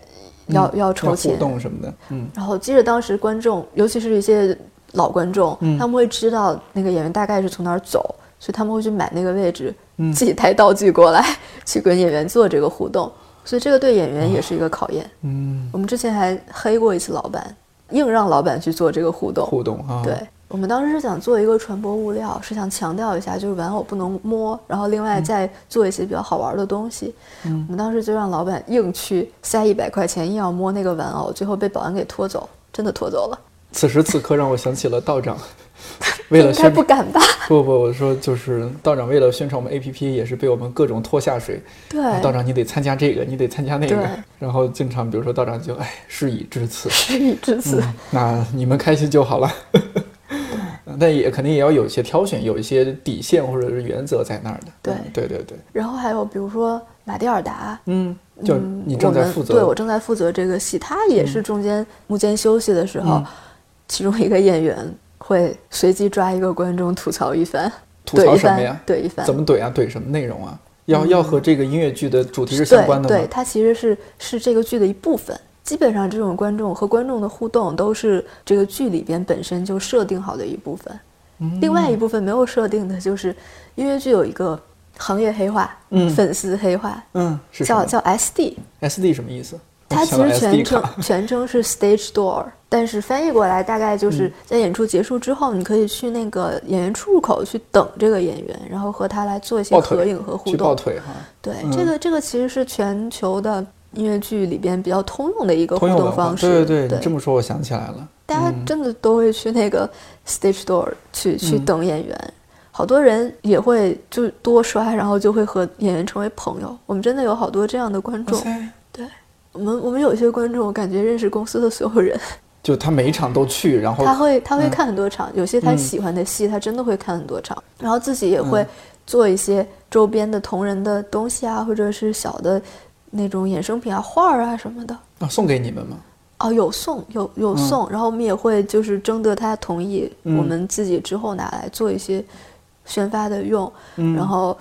Speaker 2: 要、要
Speaker 1: 嗯
Speaker 2: 筹
Speaker 1: 互
Speaker 2: 钱，
Speaker 1: 动什么的。嗯，
Speaker 2: 然后接着当时
Speaker 1: 嗯
Speaker 2: 观众，尤其是一些老观众，他们会知道那个演员大概是从哪儿走，所以他们会去买那个位置，
Speaker 1: 嗯
Speaker 2: 自己带道具过来，去跟演员做这个互动。所以这个对演员也是一个考验。
Speaker 1: 嗯，
Speaker 2: 我们之前还黑过一次老板，硬让老板去做这个互动。
Speaker 1: 互动啊，
Speaker 2: 对，我们当时是想做一个传播物料，是想强调一下，就是玩偶不能摸，然后另外
Speaker 1: 嗯
Speaker 2: 再做一些比较好玩的东西。我们当时就让老板硬去塞一百块钱，硬要摸那个玩偶，最后被保安给拖走，真的拖走了。
Speaker 1: 此时此刻让我想起了道 长，为了
Speaker 2: 应该
Speaker 1: 宣
Speaker 2: 不敢吧？
Speaker 1: 不不，我说就是道长为了宣传我们 APP，也是被我们各种拖下水。
Speaker 2: 对，
Speaker 1: 啊道长你得参加这个，你得参加那
Speaker 2: 对
Speaker 1: 个，然后经常比如说道长就哎事已至此，
Speaker 2: 事已至此，
Speaker 1: 嗯那你们开心就好了。 但也肯定也要有一些挑选，有一些底线或者是原则在那儿的。
Speaker 2: 对
Speaker 1: 嗯对对对，
Speaker 2: 然后还有比如说马蒂尔达，
Speaker 1: 嗯，就
Speaker 2: 嗯
Speaker 1: 你正
Speaker 2: 我
Speaker 1: 在
Speaker 2: 们
Speaker 1: 负责，嗯
Speaker 2: 对我正在负责这个戏，他也是中间幕间休息的时候，其中一个演员会随机抓一个观众吐槽一番，
Speaker 1: 吐槽
Speaker 2: 怼一
Speaker 1: 什么
Speaker 2: 番
Speaker 1: 呀
Speaker 2: 怼一番，
Speaker 1: 怎么怼啊？怼什么内容啊？要、要和这个音乐剧的主题是相关的
Speaker 2: 对，
Speaker 1: 吗
Speaker 2: 对，？它其实是是这个剧的一部分。基本上这种观众和观众的互动都是这个剧里边本身就设定好的一部分。
Speaker 1: 嗯
Speaker 2: 另外一部分没有设定的就是音乐剧有一个行业黑化，
Speaker 1: 嗯
Speaker 2: 粉丝黑化，
Speaker 1: 嗯，是什
Speaker 2: 叫
Speaker 1: 么哦
Speaker 2: 叫 SD，
Speaker 1: ？SD 什么意思？我
Speaker 2: 它其
Speaker 1: 想到
Speaker 2: 实
Speaker 1: SD
Speaker 2: 全称
Speaker 1: 卡
Speaker 2: 全称是 Stage Door，但是翻译过来大概就是
Speaker 1: 嗯
Speaker 2: 在演出结束之后，你可以去那个演员出入口去等这个演员，然后和他来做一些
Speaker 1: 抱腿
Speaker 2: 合影和互
Speaker 1: 去抱
Speaker 2: 动。
Speaker 1: 腿哈、
Speaker 2: 对，
Speaker 1: 嗯
Speaker 2: 这个这个其实是全球的音乐剧里边比较通用的一个互
Speaker 1: 通用文
Speaker 2: 动
Speaker 1: 化。
Speaker 2: 方式。
Speaker 1: 对对对，你这么说嗯我想起来了。
Speaker 2: 大家真的都会去那个 stage door 去、去
Speaker 1: 嗯
Speaker 2: 等演员，好多人也会就多刷，然后就会和演员成为朋友。我们真的有好多这样的观众，
Speaker 1: 塞
Speaker 2: 对我们我们有一些观众，我感觉认识公司的所有人，
Speaker 1: 就他每一场都去，然后
Speaker 2: 他会他会
Speaker 1: 嗯
Speaker 2: 看很多场，有些他
Speaker 1: 嗯
Speaker 2: 喜欢的戏，他真的会看很多场，然后自己也会做一些周边的同人的东西啊，或者是小的那种衍生品啊、画儿啊什么的。
Speaker 1: 啊送给你们吗？
Speaker 2: 哦，有送有有送，然后我们也会就是征得他同意，
Speaker 1: 嗯
Speaker 2: 我们自己之后拿来做一些宣发的用，
Speaker 1: 嗯
Speaker 2: 然后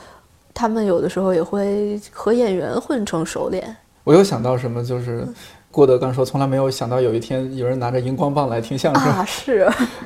Speaker 2: 他们有的时候也会和演员混成熟脸，
Speaker 1: 我又想到什么，就是
Speaker 2: 嗯
Speaker 1: 郭德纲说从来没有想到有一天有人拿着荧光棒来听相声。
Speaker 2: 啊，是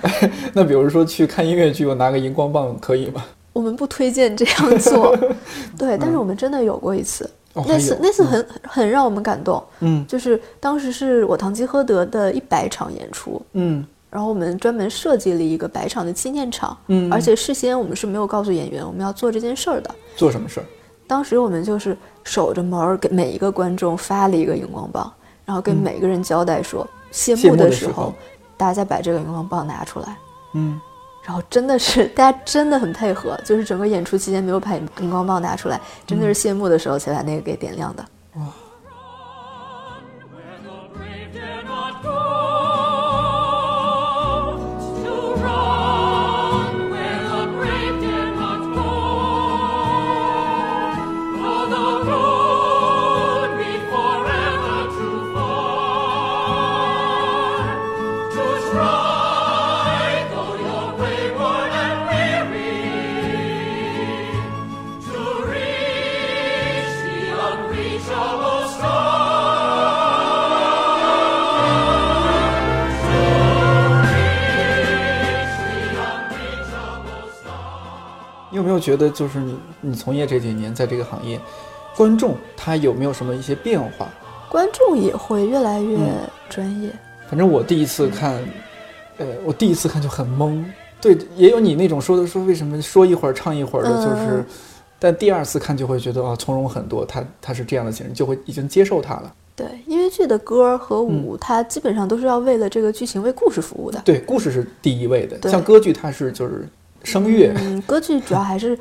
Speaker 1: 那比如说去看音乐剧，我拿个荧光棒可以吗？
Speaker 2: 我们不推荐这样做， 对，
Speaker 1: 嗯
Speaker 2: 但是我们真的有过一次，
Speaker 1: 哦，还
Speaker 2: 那次
Speaker 1: 有
Speaker 2: 那次很很让我们感动，
Speaker 1: 嗯
Speaker 2: 就是当时是我堂吉诃德的一百场演出，
Speaker 1: 嗯
Speaker 2: 然后我们专门设计了一个百场的纪念场，
Speaker 1: 嗯
Speaker 2: 而且事先我们是没有告诉演员我们要做这件事儿的。
Speaker 1: 做什么事儿？
Speaker 2: 当时我们就是守着门儿给每一个观众发了一个荧光棒，然后跟每个人交代说，谢
Speaker 1: 嗯谢
Speaker 2: 幕
Speaker 1: 幕
Speaker 2: 的
Speaker 1: 的
Speaker 2: 时
Speaker 1: 时
Speaker 2: 候
Speaker 1: 候，
Speaker 2: 大家把这个荧光棒拿出来。
Speaker 1: 嗯，
Speaker 2: 然后真的是 大家真的很配合，就是整个演出期间没有把荧光棒拿出来，真的
Speaker 1: 嗯
Speaker 2: 是谢幕的时候才把那个给点亮的。
Speaker 3: Where the brave dare not go to run, where the brave dare not go, though the road be forever too far to try, though you're wayward and weary, to reach the unreachable star. unreachable star.
Speaker 1: 你有没有觉得就是你你从业这几年在这个行业，观众他有没有什么一些变化？
Speaker 2: 观众也会越来越
Speaker 1: 嗯
Speaker 2: 专业，
Speaker 1: 反正我第一次看，呃，我第一次看就很懵。对，也有你那种说的说为什么说一会儿唱一会儿的，就是，
Speaker 2: 嗯
Speaker 1: 但第二次看就会觉得啊，从容很多，他他是这样的形式，就会已经接受他了。
Speaker 2: 对，音乐剧的歌儿和舞，
Speaker 1: 嗯
Speaker 2: 它基本上都是要为了这个剧情、为故事服务的。
Speaker 1: 对，故事是第一位的，
Speaker 2: 对
Speaker 1: 像歌剧它是就是声乐，
Speaker 2: 嗯，歌剧主要还是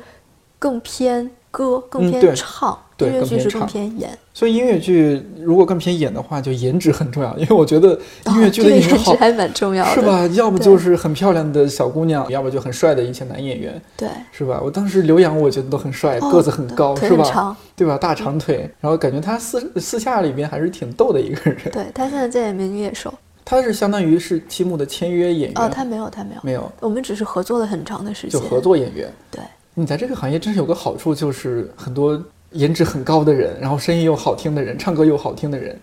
Speaker 2: 更偏歌，更
Speaker 1: 嗯对
Speaker 2: 偏唱；
Speaker 1: 对
Speaker 2: 音乐
Speaker 1: 更
Speaker 2: 剧
Speaker 1: 偏
Speaker 2: 是更
Speaker 1: 唱
Speaker 2: 偏演。
Speaker 1: 所以音乐剧如果更偏演的话，就颜值很重要，因为我觉得音乐剧
Speaker 2: 哦
Speaker 1: 的
Speaker 2: 这个
Speaker 1: 演员
Speaker 2: 颜值
Speaker 1: 好。
Speaker 2: 还蛮重要的，
Speaker 1: 是？吧？要不
Speaker 2: 对
Speaker 1: 就是很漂亮的小姑娘，要不就很帅的一些男演员，
Speaker 2: 对，
Speaker 1: 是吧？我当时刘洋，我觉得都很帅，
Speaker 2: 哦
Speaker 1: 个子很
Speaker 2: 对
Speaker 1: 高，
Speaker 2: 腿
Speaker 1: 是
Speaker 2: 很
Speaker 1: 吧？
Speaker 2: 长
Speaker 1: 对吧？大长腿，
Speaker 2: 嗯
Speaker 1: 然后感觉他私私下里边还是挺逗的一个人。
Speaker 2: 对他现在在演《美女野兽》
Speaker 1: 他是相当于是七木的签约演员，
Speaker 2: 哦，他没有，他没有，
Speaker 1: 没有
Speaker 2: 我们只是合作了很长的时
Speaker 1: 就
Speaker 2: 间，
Speaker 1: 合。作演员。
Speaker 2: 对，
Speaker 1: 你在这个行业真是有个好处，就是很多颜值很高的人，然后声音又好听的人，唱歌又好听的人，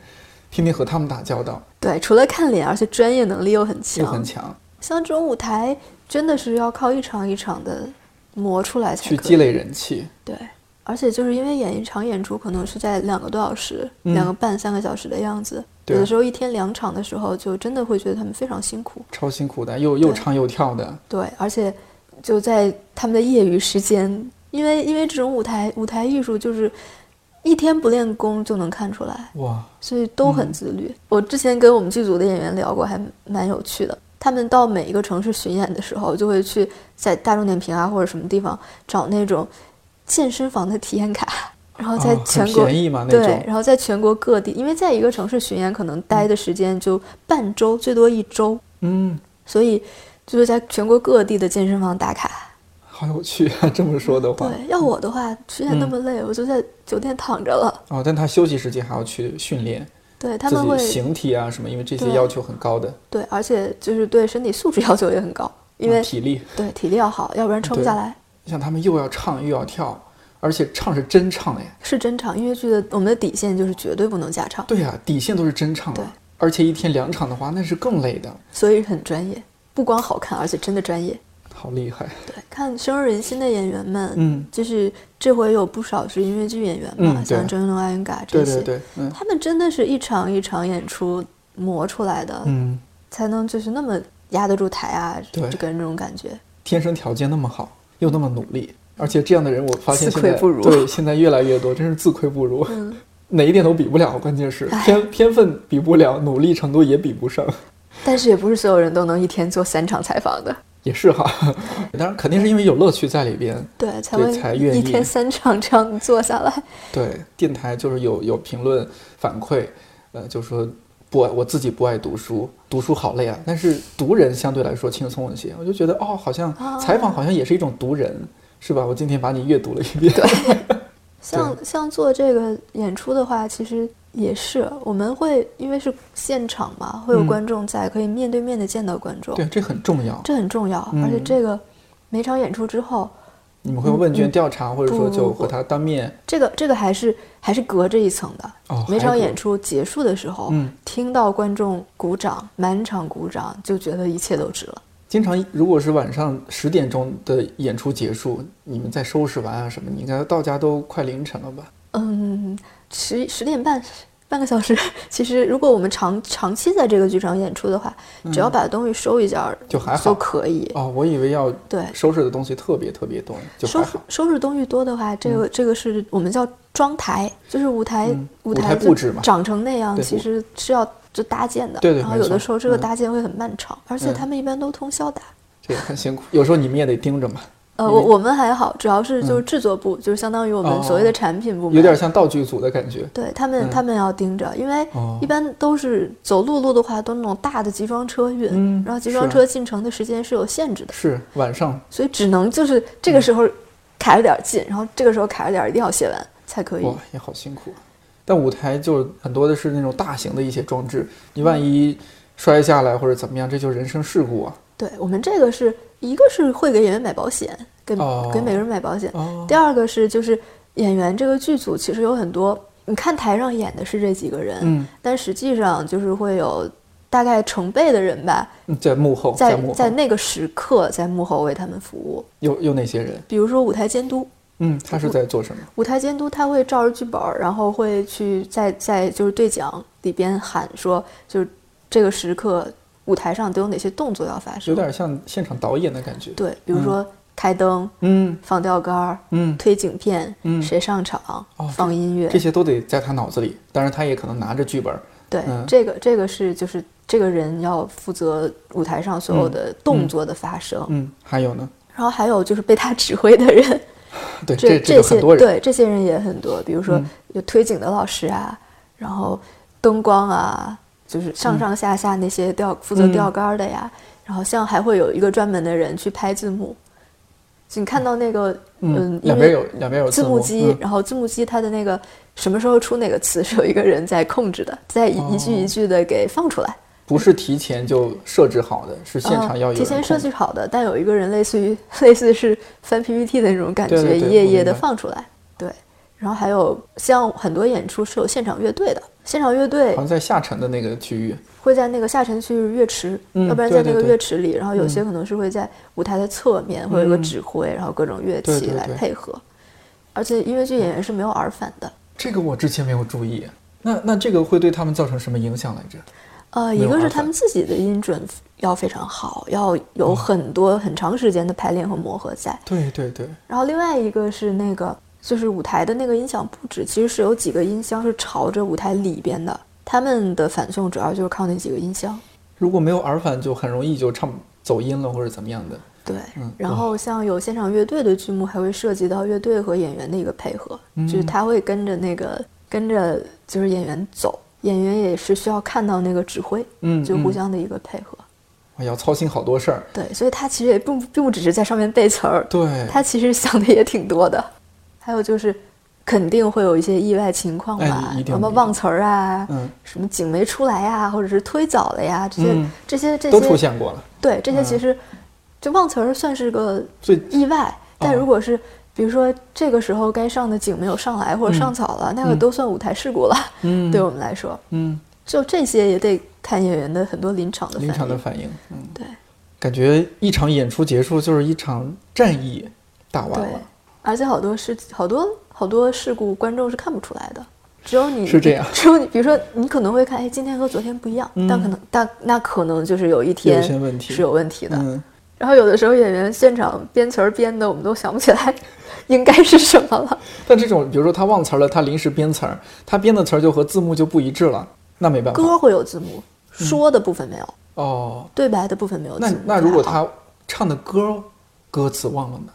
Speaker 1: 天天和他们打交道，
Speaker 2: 对，除了看脸，而且专业能力又很
Speaker 1: 又
Speaker 2: 强。
Speaker 1: 很强。
Speaker 2: 像这种舞台，真的是要靠一场一场的磨出来才
Speaker 1: 去
Speaker 2: 可
Speaker 1: 积
Speaker 2: 以
Speaker 1: 累人气。
Speaker 2: 对，而且就是因为演一场演出可能是在两个多小时、
Speaker 1: 嗯
Speaker 2: 两个半、三个小时的样子，
Speaker 1: 对
Speaker 2: 有的时候一天两场的时候，就真的会觉得他们非常辛苦。
Speaker 1: 超辛苦的，又又
Speaker 2: 对
Speaker 1: 唱又跳的，
Speaker 2: 对，而且就在他们的业余时间，因为因为这种舞台舞台艺术就是一天不练功就能看出来，
Speaker 1: 哇，
Speaker 2: 所以都
Speaker 1: 嗯
Speaker 2: 很自律。我之前跟我们剧组的演员聊过，还蛮有趣的。他们到每一个城市巡演的时候，就会去在大众点评啊或者什么地方找那种健身房的体验卡， 然后在
Speaker 1: 哦很
Speaker 2: 全国、
Speaker 1: 便宜嘛那
Speaker 2: 对
Speaker 1: 种，，
Speaker 2: 然后在全国各地，因为在一个城市巡演可能待的时间就半周，最多一周，
Speaker 1: 嗯，
Speaker 2: 所以就是在全国各地的健身房打卡。
Speaker 1: 好有趣啊！这么说的话，
Speaker 2: 对，要我的话，巡演那么
Speaker 1: 嗯
Speaker 2: 累，我就在酒店躺着了。
Speaker 1: 哦，但他休息时间还要去训练
Speaker 2: 对他
Speaker 1: 自
Speaker 2: 们
Speaker 1: 己
Speaker 2: 会
Speaker 1: 形体啊什么，因为这些
Speaker 2: 对
Speaker 1: 要求很高的，
Speaker 2: 对，而且就是对身体素质要求也很高，因为、
Speaker 1: 嗯体力，
Speaker 2: 对体力要好，要不然撑不下
Speaker 1: 对
Speaker 2: 来。
Speaker 1: 像他们又要唱又要跳，而且唱是真唱哎，
Speaker 2: 是真唱，音乐剧的我们的底线就是绝对不能假唱，
Speaker 1: 对呀、底线都是真唱
Speaker 2: 对
Speaker 1: 啊，而且一天两场的话，那是更累的，
Speaker 2: 所以很专业，不光好看，而且真的专业。
Speaker 1: 好厉害，
Speaker 2: 对，看《深入人心》的演员们，
Speaker 1: 嗯
Speaker 2: 就是这回有不少是音乐剧演员嘛，
Speaker 1: 嗯对
Speaker 2: 像郑容、阿云嘎这
Speaker 1: 对
Speaker 2: 些，
Speaker 1: 对对，嗯
Speaker 2: 他们真的是一场一场演出磨出来的，
Speaker 1: 嗯，
Speaker 2: 才能就是那么压得住台啊，
Speaker 1: 对
Speaker 2: 就给人这种感觉。
Speaker 1: 天生条件那么好，又那么努力，而且这样的人，我发现现
Speaker 2: 自愧
Speaker 1: 在
Speaker 2: 不如
Speaker 1: 对现在越来越多，真是自愧不 如。
Speaker 2: 嗯
Speaker 1: 哪一点都比不了，关键是
Speaker 2: 唉
Speaker 1: 天天分比不了，努力程度也比不上，
Speaker 2: 但是也不是所有人都能一天做三场采访的，
Speaker 1: 也是哈。 当然肯定是因为有乐趣在里边，
Speaker 2: 对，才
Speaker 1: 对
Speaker 2: 会
Speaker 1: 才愿
Speaker 2: 一
Speaker 1: 意
Speaker 2: 天三场这样做下来。
Speaker 1: 对，电台就是有有评论反馈，呃，就说不爱我自己不爱读书，读书好累啊。但是读人相对来说轻松一些，我就觉得哦，好像
Speaker 2: 哦
Speaker 1: 采访好像也是一种读人，是吧？我今天把你阅读了一遍，
Speaker 2: 像像做这个演出的话，其实也是我们会因为是现场嘛，会有
Speaker 1: 嗯
Speaker 2: 观众在，可以面对面的见到观众，
Speaker 1: 对，这很重要。
Speaker 2: 这很重要。而且
Speaker 1: 嗯
Speaker 2: 这个每场演出之后，
Speaker 1: 你们会用问卷
Speaker 2: 嗯
Speaker 1: 调查，或者
Speaker 2: 不
Speaker 1: 说
Speaker 2: 不
Speaker 1: 就
Speaker 2: 不
Speaker 1: 和他当面
Speaker 2: 这个这个还是还是隔着一层的。
Speaker 1: 哦，
Speaker 2: 每
Speaker 1: 还
Speaker 2: 场
Speaker 1: 有
Speaker 2: 演出结束的时候，
Speaker 1: 嗯
Speaker 2: 听到观众鼓掌，满场鼓掌，就觉得一切都值了。
Speaker 1: 经常如果是晚上十点钟的演出结束，你们再收拾完啊什么，你应该到家都快凌晨了吧？
Speaker 2: 嗯，十十点半，半个小时。其实如果我们长长期在这个剧场演出的话，只要把东西收一件儿
Speaker 1: 嗯就还
Speaker 2: 就
Speaker 1: 好。
Speaker 2: 可以。
Speaker 1: 哦，我以为要
Speaker 2: 对，
Speaker 1: 收拾的东西特别特别多，就
Speaker 2: 收
Speaker 1: 还
Speaker 2: 拾
Speaker 1: 好。
Speaker 2: 收拾东西多的话，这个、这个是我们叫装台，就是舞台、
Speaker 1: 嗯
Speaker 2: 舞
Speaker 1: 舞台
Speaker 2: 就
Speaker 1: 布置嘛
Speaker 2: 长成那样
Speaker 1: 对
Speaker 2: 其实是要就搭建的。
Speaker 1: 对对
Speaker 2: 然后
Speaker 1: 没
Speaker 2: 有的
Speaker 1: 错
Speaker 2: 时候这个
Speaker 1: 嗯
Speaker 2: 搭建会很漫长，而且
Speaker 1: 嗯
Speaker 2: 他们一般都通宵打。
Speaker 1: 这也很辛苦，有时候你们也得盯着嘛，
Speaker 2: 呃，
Speaker 1: 因
Speaker 2: 我
Speaker 1: 为
Speaker 2: 我们还好，主要是就是
Speaker 1: 嗯
Speaker 2: 制作部，就是相当于我们
Speaker 1: 哦
Speaker 2: 所谓的产品部门，
Speaker 1: 有点像道具组的感觉。
Speaker 2: 对他们
Speaker 1: 嗯
Speaker 2: 他们要盯着，因为
Speaker 1: 哦
Speaker 2: 一般都是走陆路的话，都那种大的集装车运，
Speaker 1: 嗯
Speaker 2: 然后集装
Speaker 1: 是
Speaker 2: 车进城的时间是有限制的，
Speaker 1: 是晚上
Speaker 2: 所以只能就是这
Speaker 1: 嗯
Speaker 2: 个时候卡着点儿进，然后这个时候卡着点儿一定要写完才可以
Speaker 1: 哇。，也好辛苦啊。但舞台就很多的是那种大型的一些装
Speaker 2: 嗯
Speaker 1: 置，你万一摔下来或者怎么样，这就是人身事故啊。
Speaker 2: 对我们这个是一个是会给演员买保险，给、
Speaker 1: 哦
Speaker 2: 给每个人买保险，
Speaker 1: 哦
Speaker 2: 第，二个是就是演员这个剧组其实有很多，你看台上演的是这几个人，
Speaker 1: 嗯
Speaker 2: 但实际上就是会有大概成倍的人吧，
Speaker 1: 嗯在幕后，
Speaker 2: 在
Speaker 1: 幕后
Speaker 2: 在那个时刻在幕后为他们服务。
Speaker 1: 有有哪些人？
Speaker 2: 比如说舞台监督，
Speaker 1: 嗯，他是在做什么？
Speaker 2: 舞台监督他会照着剧本儿，然后会去在在就是对讲里边喊说，就是这个时刻舞台上都有哪些动作要发生。
Speaker 1: 有点像现场导演的感觉。
Speaker 2: 对，比如说开灯、
Speaker 1: 嗯
Speaker 2: 放吊杆儿、
Speaker 1: 嗯，
Speaker 2: 推景片、
Speaker 1: 嗯
Speaker 2: 谁上场、
Speaker 1: 哦
Speaker 2: 放音乐，
Speaker 1: 这些都得在他脑子里，当然他也可能拿着剧本儿。
Speaker 2: 对，
Speaker 1: 嗯
Speaker 2: 这个这个是就是这个人要负责舞台上所有的动作的发生，
Speaker 1: 嗯，还有呢，
Speaker 2: 然后还有就是被他指挥的 人，
Speaker 1: 对，
Speaker 2: 这
Speaker 1: 这个
Speaker 2: 些
Speaker 1: 很多人，
Speaker 2: 对这些人也很多，比如说
Speaker 1: 嗯
Speaker 2: 有推景的老师啊，然后灯光啊，就是上上下下那些吊负责
Speaker 1: 嗯
Speaker 2: 吊杆的呀，然后像还会有一个专门的人去拍字幕，就你看到那个嗯，
Speaker 1: 两
Speaker 2: 因
Speaker 1: 边
Speaker 2: 为
Speaker 1: 有两边有
Speaker 2: 字幕
Speaker 1: 幕
Speaker 2: 机，
Speaker 1: 嗯
Speaker 2: 然后字幕机它的那个什么时候出哪个词是有一个人在控制的，在一、一句
Speaker 1: 哦
Speaker 2: 一句的给放出来。
Speaker 1: 不是提前就设置好的，是现场要有
Speaker 2: 呃、提
Speaker 1: 人
Speaker 2: 前
Speaker 1: 控
Speaker 2: 设
Speaker 1: 制
Speaker 2: 计好的，但有一 个人类似于类似是翻 PPT 的那种感觉，
Speaker 1: 对对对
Speaker 2: 一页一
Speaker 1: 我
Speaker 2: 页
Speaker 1: 明
Speaker 2: 的
Speaker 1: 白
Speaker 2: 放出来。对，然后还有像很多演出是有现场乐队的，现场乐队
Speaker 1: 好像在下沉的那个区域，
Speaker 2: 会在那个下沉区域乐池，
Speaker 1: 嗯
Speaker 2: 要不然
Speaker 1: 对
Speaker 2: 在那
Speaker 1: 对
Speaker 2: 个
Speaker 1: 对
Speaker 2: 乐池里，然后有些可能是会在舞台的侧面会有一个
Speaker 1: 嗯
Speaker 2: 指挥，然后各种乐
Speaker 1: 对
Speaker 2: 器
Speaker 1: 对
Speaker 2: 来
Speaker 1: 对
Speaker 2: 配合。而且音乐剧演员是没有耳返的，
Speaker 1: 这个我之前没有注意。那那这个会对他们造成什么影响来着？
Speaker 2: 呃，
Speaker 1: 没
Speaker 2: 一
Speaker 1: 有嗯
Speaker 2: 个
Speaker 1: 耳
Speaker 2: 是他
Speaker 1: 返
Speaker 2: 们自己的音准要非常好，要有很多很长时间的排练和磨合在，
Speaker 1: 对对对，
Speaker 2: 然后另外一个是那个，就是舞台的那个音响布置，其实是有几个音箱是朝着舞台里边的，他们的反送主要就是靠那几个音箱。
Speaker 1: 如果没有耳返，就很容易就唱走音了或者怎么样的。
Speaker 2: 对，
Speaker 1: 嗯
Speaker 2: 然后像有现场乐队的剧目，还会涉及到乐队和演员的一个配合，
Speaker 1: 嗯
Speaker 2: 就是他会跟着那个跟着就是演员走，演员也是需要看到那个指挥，
Speaker 1: 嗯
Speaker 2: 就互
Speaker 1: 嗯
Speaker 2: 相的一个配合。
Speaker 1: 我要操心好多事儿。
Speaker 2: 对，所以他其实也并不并不只是在上面背词儿，
Speaker 1: 对，
Speaker 2: 他其实想的也挺多的。还有就是，肯定会有一些意外情况吧，
Speaker 1: 哎一定
Speaker 2: 什么
Speaker 1: 的
Speaker 2: 忘词儿啊，
Speaker 1: 嗯，
Speaker 2: 什么景没出来呀、或者是推早了呀，这些、
Speaker 1: 嗯
Speaker 2: 这些这
Speaker 1: 都
Speaker 2: 些
Speaker 1: 出现过了。
Speaker 2: 对，这些其
Speaker 1: 嗯
Speaker 2: 实、就忘词儿算是个
Speaker 1: 最
Speaker 2: 意外，但
Speaker 1: 哦
Speaker 2: 如果是。比如说，这个时候该上的景没有上来，或者上草了，那个都算舞台事故了。
Speaker 1: 嗯
Speaker 2: 对我们来说，
Speaker 1: 嗯，
Speaker 2: 就这些也得看演员的很多临场的反
Speaker 1: 临
Speaker 2: 应。
Speaker 1: 场的反应，嗯，
Speaker 2: 对
Speaker 1: 感觉一场演出结束就是一场战役打完
Speaker 2: 对
Speaker 1: 了，，
Speaker 2: 而且好多事，好多好多事故，观众是看不出来的，只有你
Speaker 1: 是这样嗯
Speaker 2: 只有你，比如说你可能会看，哎，今天和昨天不一样，但可能但那可能就是有一天
Speaker 1: 有些问题
Speaker 2: 是有问题的。
Speaker 1: 嗯，
Speaker 2: 然后有的时候演员现场编词儿编的，我们都想不起来 应该是什么了。
Speaker 1: 但这种比如说他忘词儿了，他临时编词儿，他编的词儿就和字幕就不一致了，那没办法。
Speaker 2: 歌会有字幕，说的部分没有，
Speaker 1: 哦，
Speaker 2: 对白的部分没有字
Speaker 1: 嗯那那
Speaker 2: 幕。
Speaker 1: 如果
Speaker 2: 还好
Speaker 1: 他唱的歌歌词忘了呢，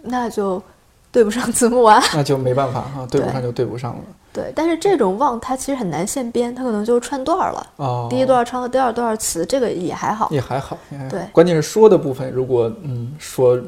Speaker 2: 那就对不上字幕啊。
Speaker 1: 那就没办法哈、对不
Speaker 2: 对
Speaker 1: 上就对不上了。
Speaker 2: 对，但是这种忘它其实很难现编，它可能就串段儿了。
Speaker 1: 哦，
Speaker 2: 第一段儿唱到第二段儿词，这个也还好。
Speaker 1: 也还好，也还好
Speaker 2: 对
Speaker 1: 关键是说的部分，如果嗯说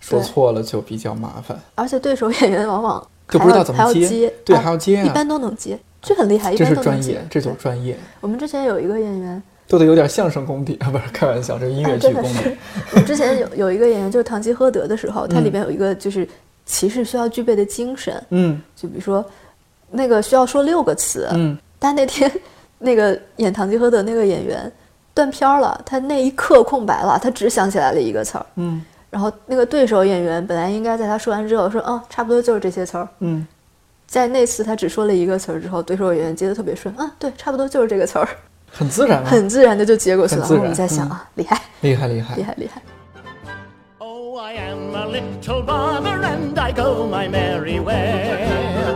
Speaker 1: 说
Speaker 2: 对
Speaker 1: 错了就比较麻烦，
Speaker 2: 而且对手演员往往
Speaker 1: 就不
Speaker 2: 还
Speaker 1: 知
Speaker 2: 要
Speaker 1: 道怎么
Speaker 2: 还要
Speaker 1: 接，对，
Speaker 2: 啊
Speaker 1: 还要接
Speaker 2: 一
Speaker 1: 啊，
Speaker 2: 般都能接，这很厉害，一
Speaker 1: 这
Speaker 2: 般
Speaker 1: 是
Speaker 2: 都能
Speaker 1: 专
Speaker 2: 接
Speaker 1: 业，。这种
Speaker 2: 对
Speaker 1: 专业。
Speaker 2: 我们之前有一个演员，
Speaker 1: 都得有点相声功底 啊，不是开玩笑，这是音乐
Speaker 2: 啊，
Speaker 1: 剧
Speaker 2: 真
Speaker 1: 功
Speaker 2: 的
Speaker 1: 底。
Speaker 2: 是，我们之前有有一个演员，就是《堂吉诃德》的时候，它里边有一个就是骑士需要具备的精神，
Speaker 1: 嗯
Speaker 2: 就比如说那个需要说六个词，
Speaker 1: 嗯，
Speaker 2: 但那天那个演《堂吉诃德》那个演员断片儿了，他那一刻空白了，他只想起来了一个词儿，
Speaker 1: 嗯
Speaker 2: 然后那个对手演员本来应该在他说完之后说，嗯，差不多就是这些词儿，
Speaker 1: 嗯，
Speaker 2: 在那次他只说了一个词儿之后，对手演员接的特别顺，嗯，对，差不多就是这个词儿，
Speaker 1: 很自然啊，
Speaker 2: 很自然的就接过去
Speaker 1: 很
Speaker 2: 了。然
Speaker 1: 自
Speaker 2: 后
Speaker 1: 然
Speaker 2: 我们在想
Speaker 1: 嗯
Speaker 2: 啊，厉害，
Speaker 1: 厉害厉害
Speaker 2: 厉。害，厉害。
Speaker 4: Oh, I am a little bother and I go my merry way.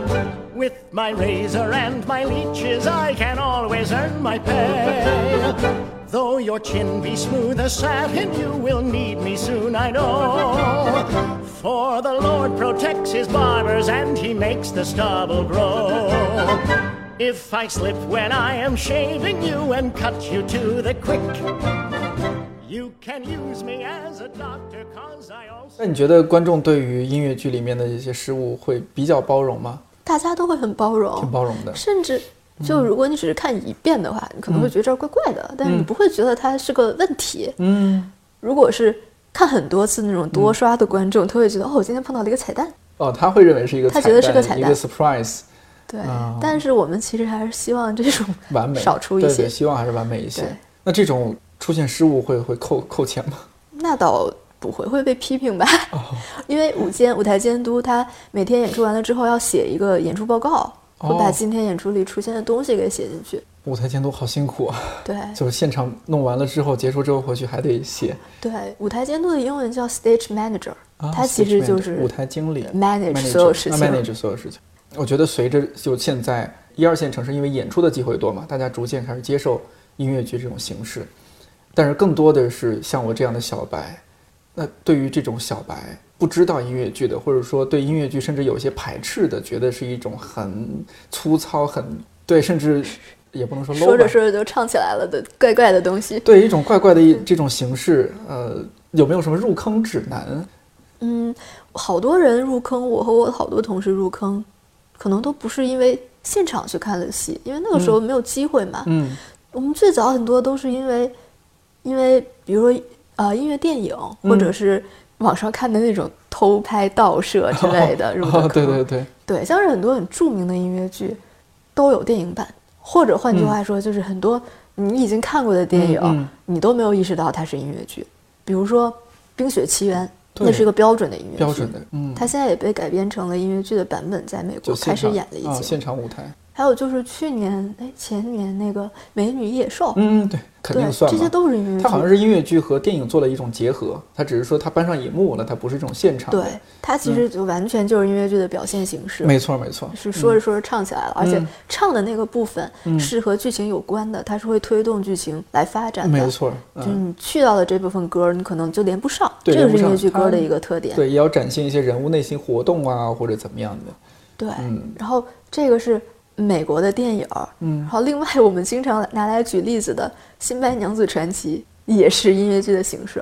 Speaker 4: With my razor and my leeches I can always earn my pay. Though your chin be smooth as satin, you will need me soon, I know. For the Lord protects his barbers and he makes the stubble grow. If I slip when I am shaving you and cut you to the quick, you can use me as a doctor, cause I also.
Speaker 1: 那你觉得观众对于音乐剧里面的一些失误会比较包容吗？
Speaker 2: 大家都会很包容，
Speaker 1: 挺包容的。嗯
Speaker 2: 甚至就如果你只是看一遍的话，你可能会觉得这儿怪怪的，但是你不会觉得它是个问题。
Speaker 1: 嗯，
Speaker 2: 如果是看很多次那种多刷的观众，他会觉得哦，我今天碰到了一个彩蛋。
Speaker 1: 哦，他会认为是一个
Speaker 2: 他
Speaker 1: 彩蛋，
Speaker 2: 觉得是个彩蛋
Speaker 1: 一个 surprise，
Speaker 2: 对，
Speaker 1: 哦
Speaker 2: 但是我们其实还是希望这种
Speaker 1: 完美，
Speaker 2: 少出一
Speaker 1: 对
Speaker 2: 些。
Speaker 1: 对，希望还是完美一些
Speaker 2: 对。
Speaker 1: 那这种出现失误会会扣扣钱吗？
Speaker 2: 那倒不会，会被批评吧？
Speaker 1: 哦
Speaker 2: 因为舞监舞台监督他每天演出完了之后要写一个演出报告，
Speaker 1: 哦
Speaker 2: 会把今天演出里出现的东西给写进去。
Speaker 1: 舞台监督好辛苦啊，
Speaker 2: 对
Speaker 1: 就是现场弄完了之后，结束之后回去还得写。
Speaker 2: 对，舞台监督的英文叫 stage manager，、
Speaker 1: 啊
Speaker 2: 他其实
Speaker 1: stage
Speaker 2: 就
Speaker 1: manager，
Speaker 2: 是
Speaker 1: 舞台经理啊
Speaker 2: manage 所有事情
Speaker 1: manage 所有事情。我觉得随着就现在一二线城市，因为演出的机会多嘛，大家逐渐开始接受音乐剧这种形式，但是更多的是像我这样的小白，那对于这种小白不知道音乐剧的，或者说对音乐剧甚至有些排斥的，觉得是一种很粗糙、很对，甚至也不能说 low 吧
Speaker 2: 说着说着就唱起来了的怪怪的东西。
Speaker 1: 对一种怪怪的一这种形式，呃，有没有什么入坑指南？
Speaker 2: 嗯，好多人入坑，我和我好多同事入坑，可能都不是因为现场去看了戏，因为那个时候没有机会嘛。
Speaker 1: 嗯
Speaker 2: 我们最早很多都是因为，
Speaker 1: 嗯
Speaker 2: 因为比如说呃音乐电影，或者是网上看的那种偷拍、盗 摄之类的入的
Speaker 1: 哦，
Speaker 2: 坑。
Speaker 1: 对对对，
Speaker 2: 对，像是很多很著名的音乐剧都有电影版，或者换句话说，就是很多你已经看过的电影，
Speaker 1: 嗯嗯嗯
Speaker 2: 你都没有意识到它是音乐剧。比如说《冰雪奇缘》，
Speaker 1: 对
Speaker 2: 那是一个标准的音乐剧，
Speaker 1: 标准的，嗯，
Speaker 2: 它现在也被改编成了音乐剧的版本，在美
Speaker 1: 就
Speaker 2: 国开
Speaker 1: 现
Speaker 2: 始
Speaker 1: 场
Speaker 2: 演了已经。
Speaker 1: 啊，现场舞台，
Speaker 2: 还有就是去年，哎，前年那个《美女与野兽》
Speaker 1: 嗯，对，肯
Speaker 2: 对
Speaker 1: 定，算
Speaker 2: 这些
Speaker 1: 嘛。
Speaker 2: 都是音乐剧。
Speaker 1: 它好像是音乐剧和电影做了一种结合，它只是说它搬上银幕了，它不是一种现场的。
Speaker 2: 对，它其实就完全就是音乐剧的表现形式。
Speaker 1: 没嗯错没错，
Speaker 2: 是说着说着唱起来了，而且唱的那个部分
Speaker 1: 嗯
Speaker 2: 是和剧情有关的，它是会推动剧情来发展的。
Speaker 1: 没，错，
Speaker 2: 就
Speaker 1: 嗯
Speaker 2: 是你去到了这部分歌，你可能就连不上，
Speaker 1: 对
Speaker 2: 这个
Speaker 1: 连不
Speaker 2: 是音乐
Speaker 1: 上
Speaker 2: 剧歌
Speaker 1: 它
Speaker 2: 的一个特点。
Speaker 1: 对，也要展现一些人物内心活动啊，或者怎么样的。
Speaker 2: 对
Speaker 1: 嗯
Speaker 2: 然后这个是美国的电影儿，
Speaker 1: 嗯
Speaker 2: 然后另外我们经常拿来举例子的《新白娘子传奇》也是音乐剧的形式。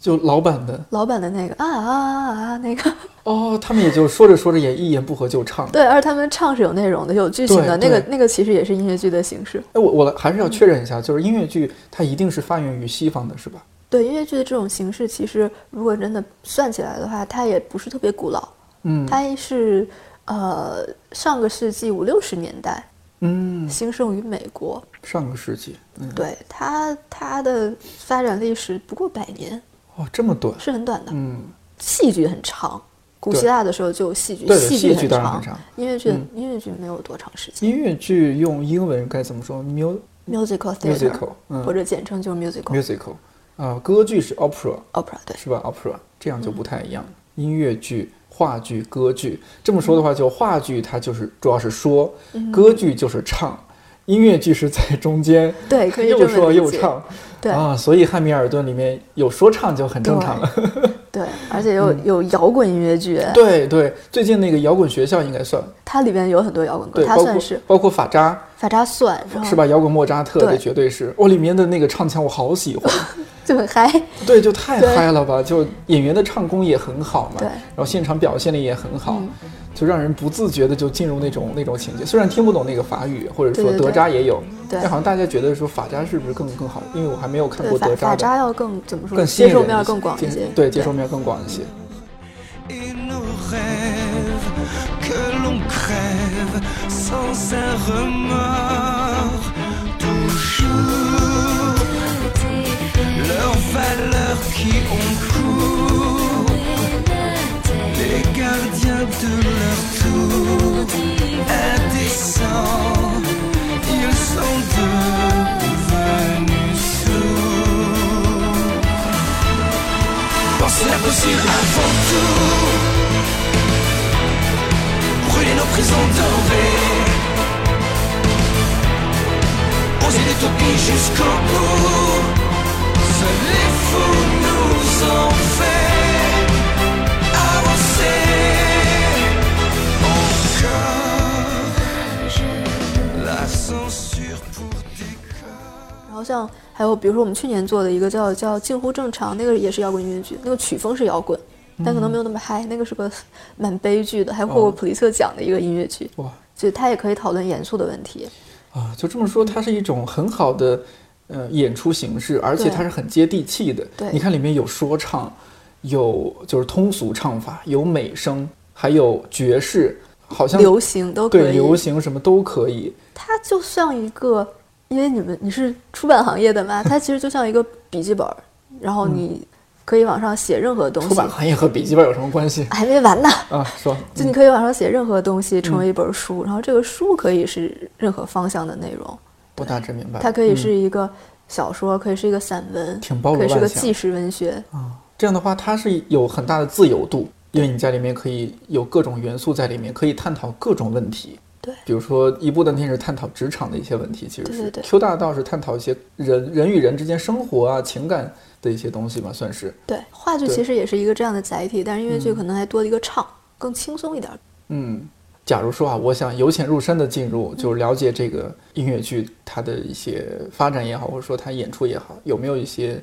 Speaker 1: 就老版的
Speaker 2: 老版的那个啊啊啊啊啊那个，
Speaker 1: 哦，他们也就说着说着也一言不合就唱。
Speaker 2: 对，而且他们唱是有内容的，有剧情的，那
Speaker 1: 对
Speaker 2: 个
Speaker 1: 对
Speaker 2: 那个其实也是音乐剧的形式。
Speaker 1: 哎，我我还是要确认一下，就是音乐剧它一定是发源于西方的，是吧？
Speaker 2: 对音乐剧的这种形式，其实如果真的算起来的话，它也不是特别古老，
Speaker 1: 嗯
Speaker 2: 它是呃上个世纪五六十年代
Speaker 1: 嗯，
Speaker 2: 兴盛于美国，
Speaker 1: 上个世纪，嗯，
Speaker 2: 对它它的发展历史不过百年，
Speaker 1: 哦，这么短，
Speaker 2: 是很短的。
Speaker 1: 嗯，
Speaker 2: 戏剧很长，古希
Speaker 1: 对
Speaker 2: 腊的时候就有戏剧，
Speaker 1: 对对
Speaker 2: 剧
Speaker 1: 戏剧当然
Speaker 2: 很
Speaker 1: 很长，嗯
Speaker 2: 音乐剧音乐剧没有多长时间。
Speaker 1: 音乐剧用英文该怎么说？mu
Speaker 2: musical theater，
Speaker 1: musical，嗯
Speaker 2: 或者简称就是 musical
Speaker 1: musical，啊、歌剧是 opera，
Speaker 2: opera，对，
Speaker 1: 是吧？opera 这样就不太一样。
Speaker 2: 嗯
Speaker 1: 音乐剧、话剧、歌剧，这么说的话，就话剧它就是主要是说，
Speaker 2: 嗯
Speaker 1: 歌剧就是唱，音乐剧是在中间，
Speaker 2: 对可以
Speaker 1: 又
Speaker 2: 这么
Speaker 1: 说
Speaker 2: 理
Speaker 1: 又
Speaker 2: 解
Speaker 1: 唱，
Speaker 2: 对
Speaker 1: 啊，所以《汉密尔顿》里面有说唱就很正常了。
Speaker 2: 对，而且有有摇滚音乐剧，
Speaker 1: 嗯 对对，最近那个摇滚学校应该算，
Speaker 2: 它里边有很多摇滚歌，
Speaker 1: 对，
Speaker 2: 它
Speaker 1: 包括
Speaker 2: 哦算是
Speaker 1: 包括法扎
Speaker 2: 法扎算，然后
Speaker 1: 是吧？摇滚莫扎特
Speaker 2: 对
Speaker 1: 这绝对是，我、里面的那个唱腔我好喜欢，
Speaker 2: 就 很嗨，
Speaker 1: 对，就太
Speaker 2: 对
Speaker 1: 嗨了吧！就演员的唱功也很好嘛，
Speaker 2: 对嗯
Speaker 1: 然后现场表现力也很好，就让人不自觉的就进入那种那种情节。虽然听不懂那个法语，或者
Speaker 2: 对
Speaker 1: 说
Speaker 2: 对对
Speaker 1: 德扎也有，
Speaker 2: 对
Speaker 1: 但好像大家觉得说法扎是不是更更好？因为我还没有看
Speaker 2: 对
Speaker 1: 过
Speaker 2: 法
Speaker 1: 德
Speaker 2: 法
Speaker 1: 扎
Speaker 2: 扎
Speaker 1: 的，
Speaker 2: 要更怎么说，
Speaker 1: 更吸引
Speaker 2: 接
Speaker 1: 人
Speaker 2: 受
Speaker 1: 一些
Speaker 2: 面更广一
Speaker 1: 接
Speaker 2: 些，嗯
Speaker 1: 对，接受面更广一些。
Speaker 5: et nos rêves que l'on crève sans un remords. Toujours leur valeur qui ont cours, des gardiens de leur tour, indécents, ils sont devenus sourds. Penser l'impossible avant tout Brûler nos prisons dorées Oser l'utopie jusqu'au bout Seuls les fous nous ont fait Avancer Encore La censure pour des corps
Speaker 2: 然后像还有比如说我们去年做的一个叫叫近乎正常，那个也是摇滚音乐剧，那个曲风是摇滚，但可能没
Speaker 1: 嗯
Speaker 2: 有那么嗨，那个是个 蛮悲剧的，还获过普利策奖的一个音乐剧，
Speaker 1: 哇
Speaker 2: 就它也可以讨论严肃的问题。
Speaker 1: 啊，就这么说，它是一种很好的呃演出形式，而且
Speaker 2: 对
Speaker 1: 它是很接地气的。
Speaker 2: 对
Speaker 1: 你看里面有说唱，有就是通俗唱法，有美声，还有爵士，好像
Speaker 2: 流行都可
Speaker 1: 对
Speaker 2: 以，
Speaker 1: 流行什么都可以。
Speaker 2: 它就像一个，因为你们你是出版行业的
Speaker 1: 嗯
Speaker 2: 嘛，它其实就像一个笔记本儿，然后你可以往上写任何东
Speaker 1: 出
Speaker 2: 西，
Speaker 1: 版行业和笔记本有什么关 系
Speaker 2: 还没完呢，
Speaker 1: 啊？说
Speaker 2: 就你可以往上写任何东西，成为一本
Speaker 1: 嗯
Speaker 2: 书，然后这个书可以是任何方向的内容，
Speaker 1: 我大致明白了，
Speaker 2: 它可以
Speaker 1: 嗯
Speaker 2: 是一个小说，可以是一个散文，
Speaker 1: 挺包罗
Speaker 2: 可以是个
Speaker 1: 万象嗯
Speaker 2: 纪实文学，
Speaker 1: 这样的话，它是有很大的自由度，因为你在里面可以有各种元素在里面，可以探讨各种问题。
Speaker 2: 对
Speaker 1: 比如说一部当天是探讨职场的一些问题，其实是
Speaker 2: 对对对
Speaker 1: Q 大道是探讨一些人人与人之间生活啊、情感的一些东西吧，算是。
Speaker 2: 对，话剧
Speaker 1: 对
Speaker 2: 其实也是一个这样的载体，但是音乐剧可能还多了一个唱，更轻松一点儿。
Speaker 1: 嗯，假如说啊，我想由浅入深的进入，就是了解这个音乐剧它的一些发展也好，或者说它演出也好，有没有一些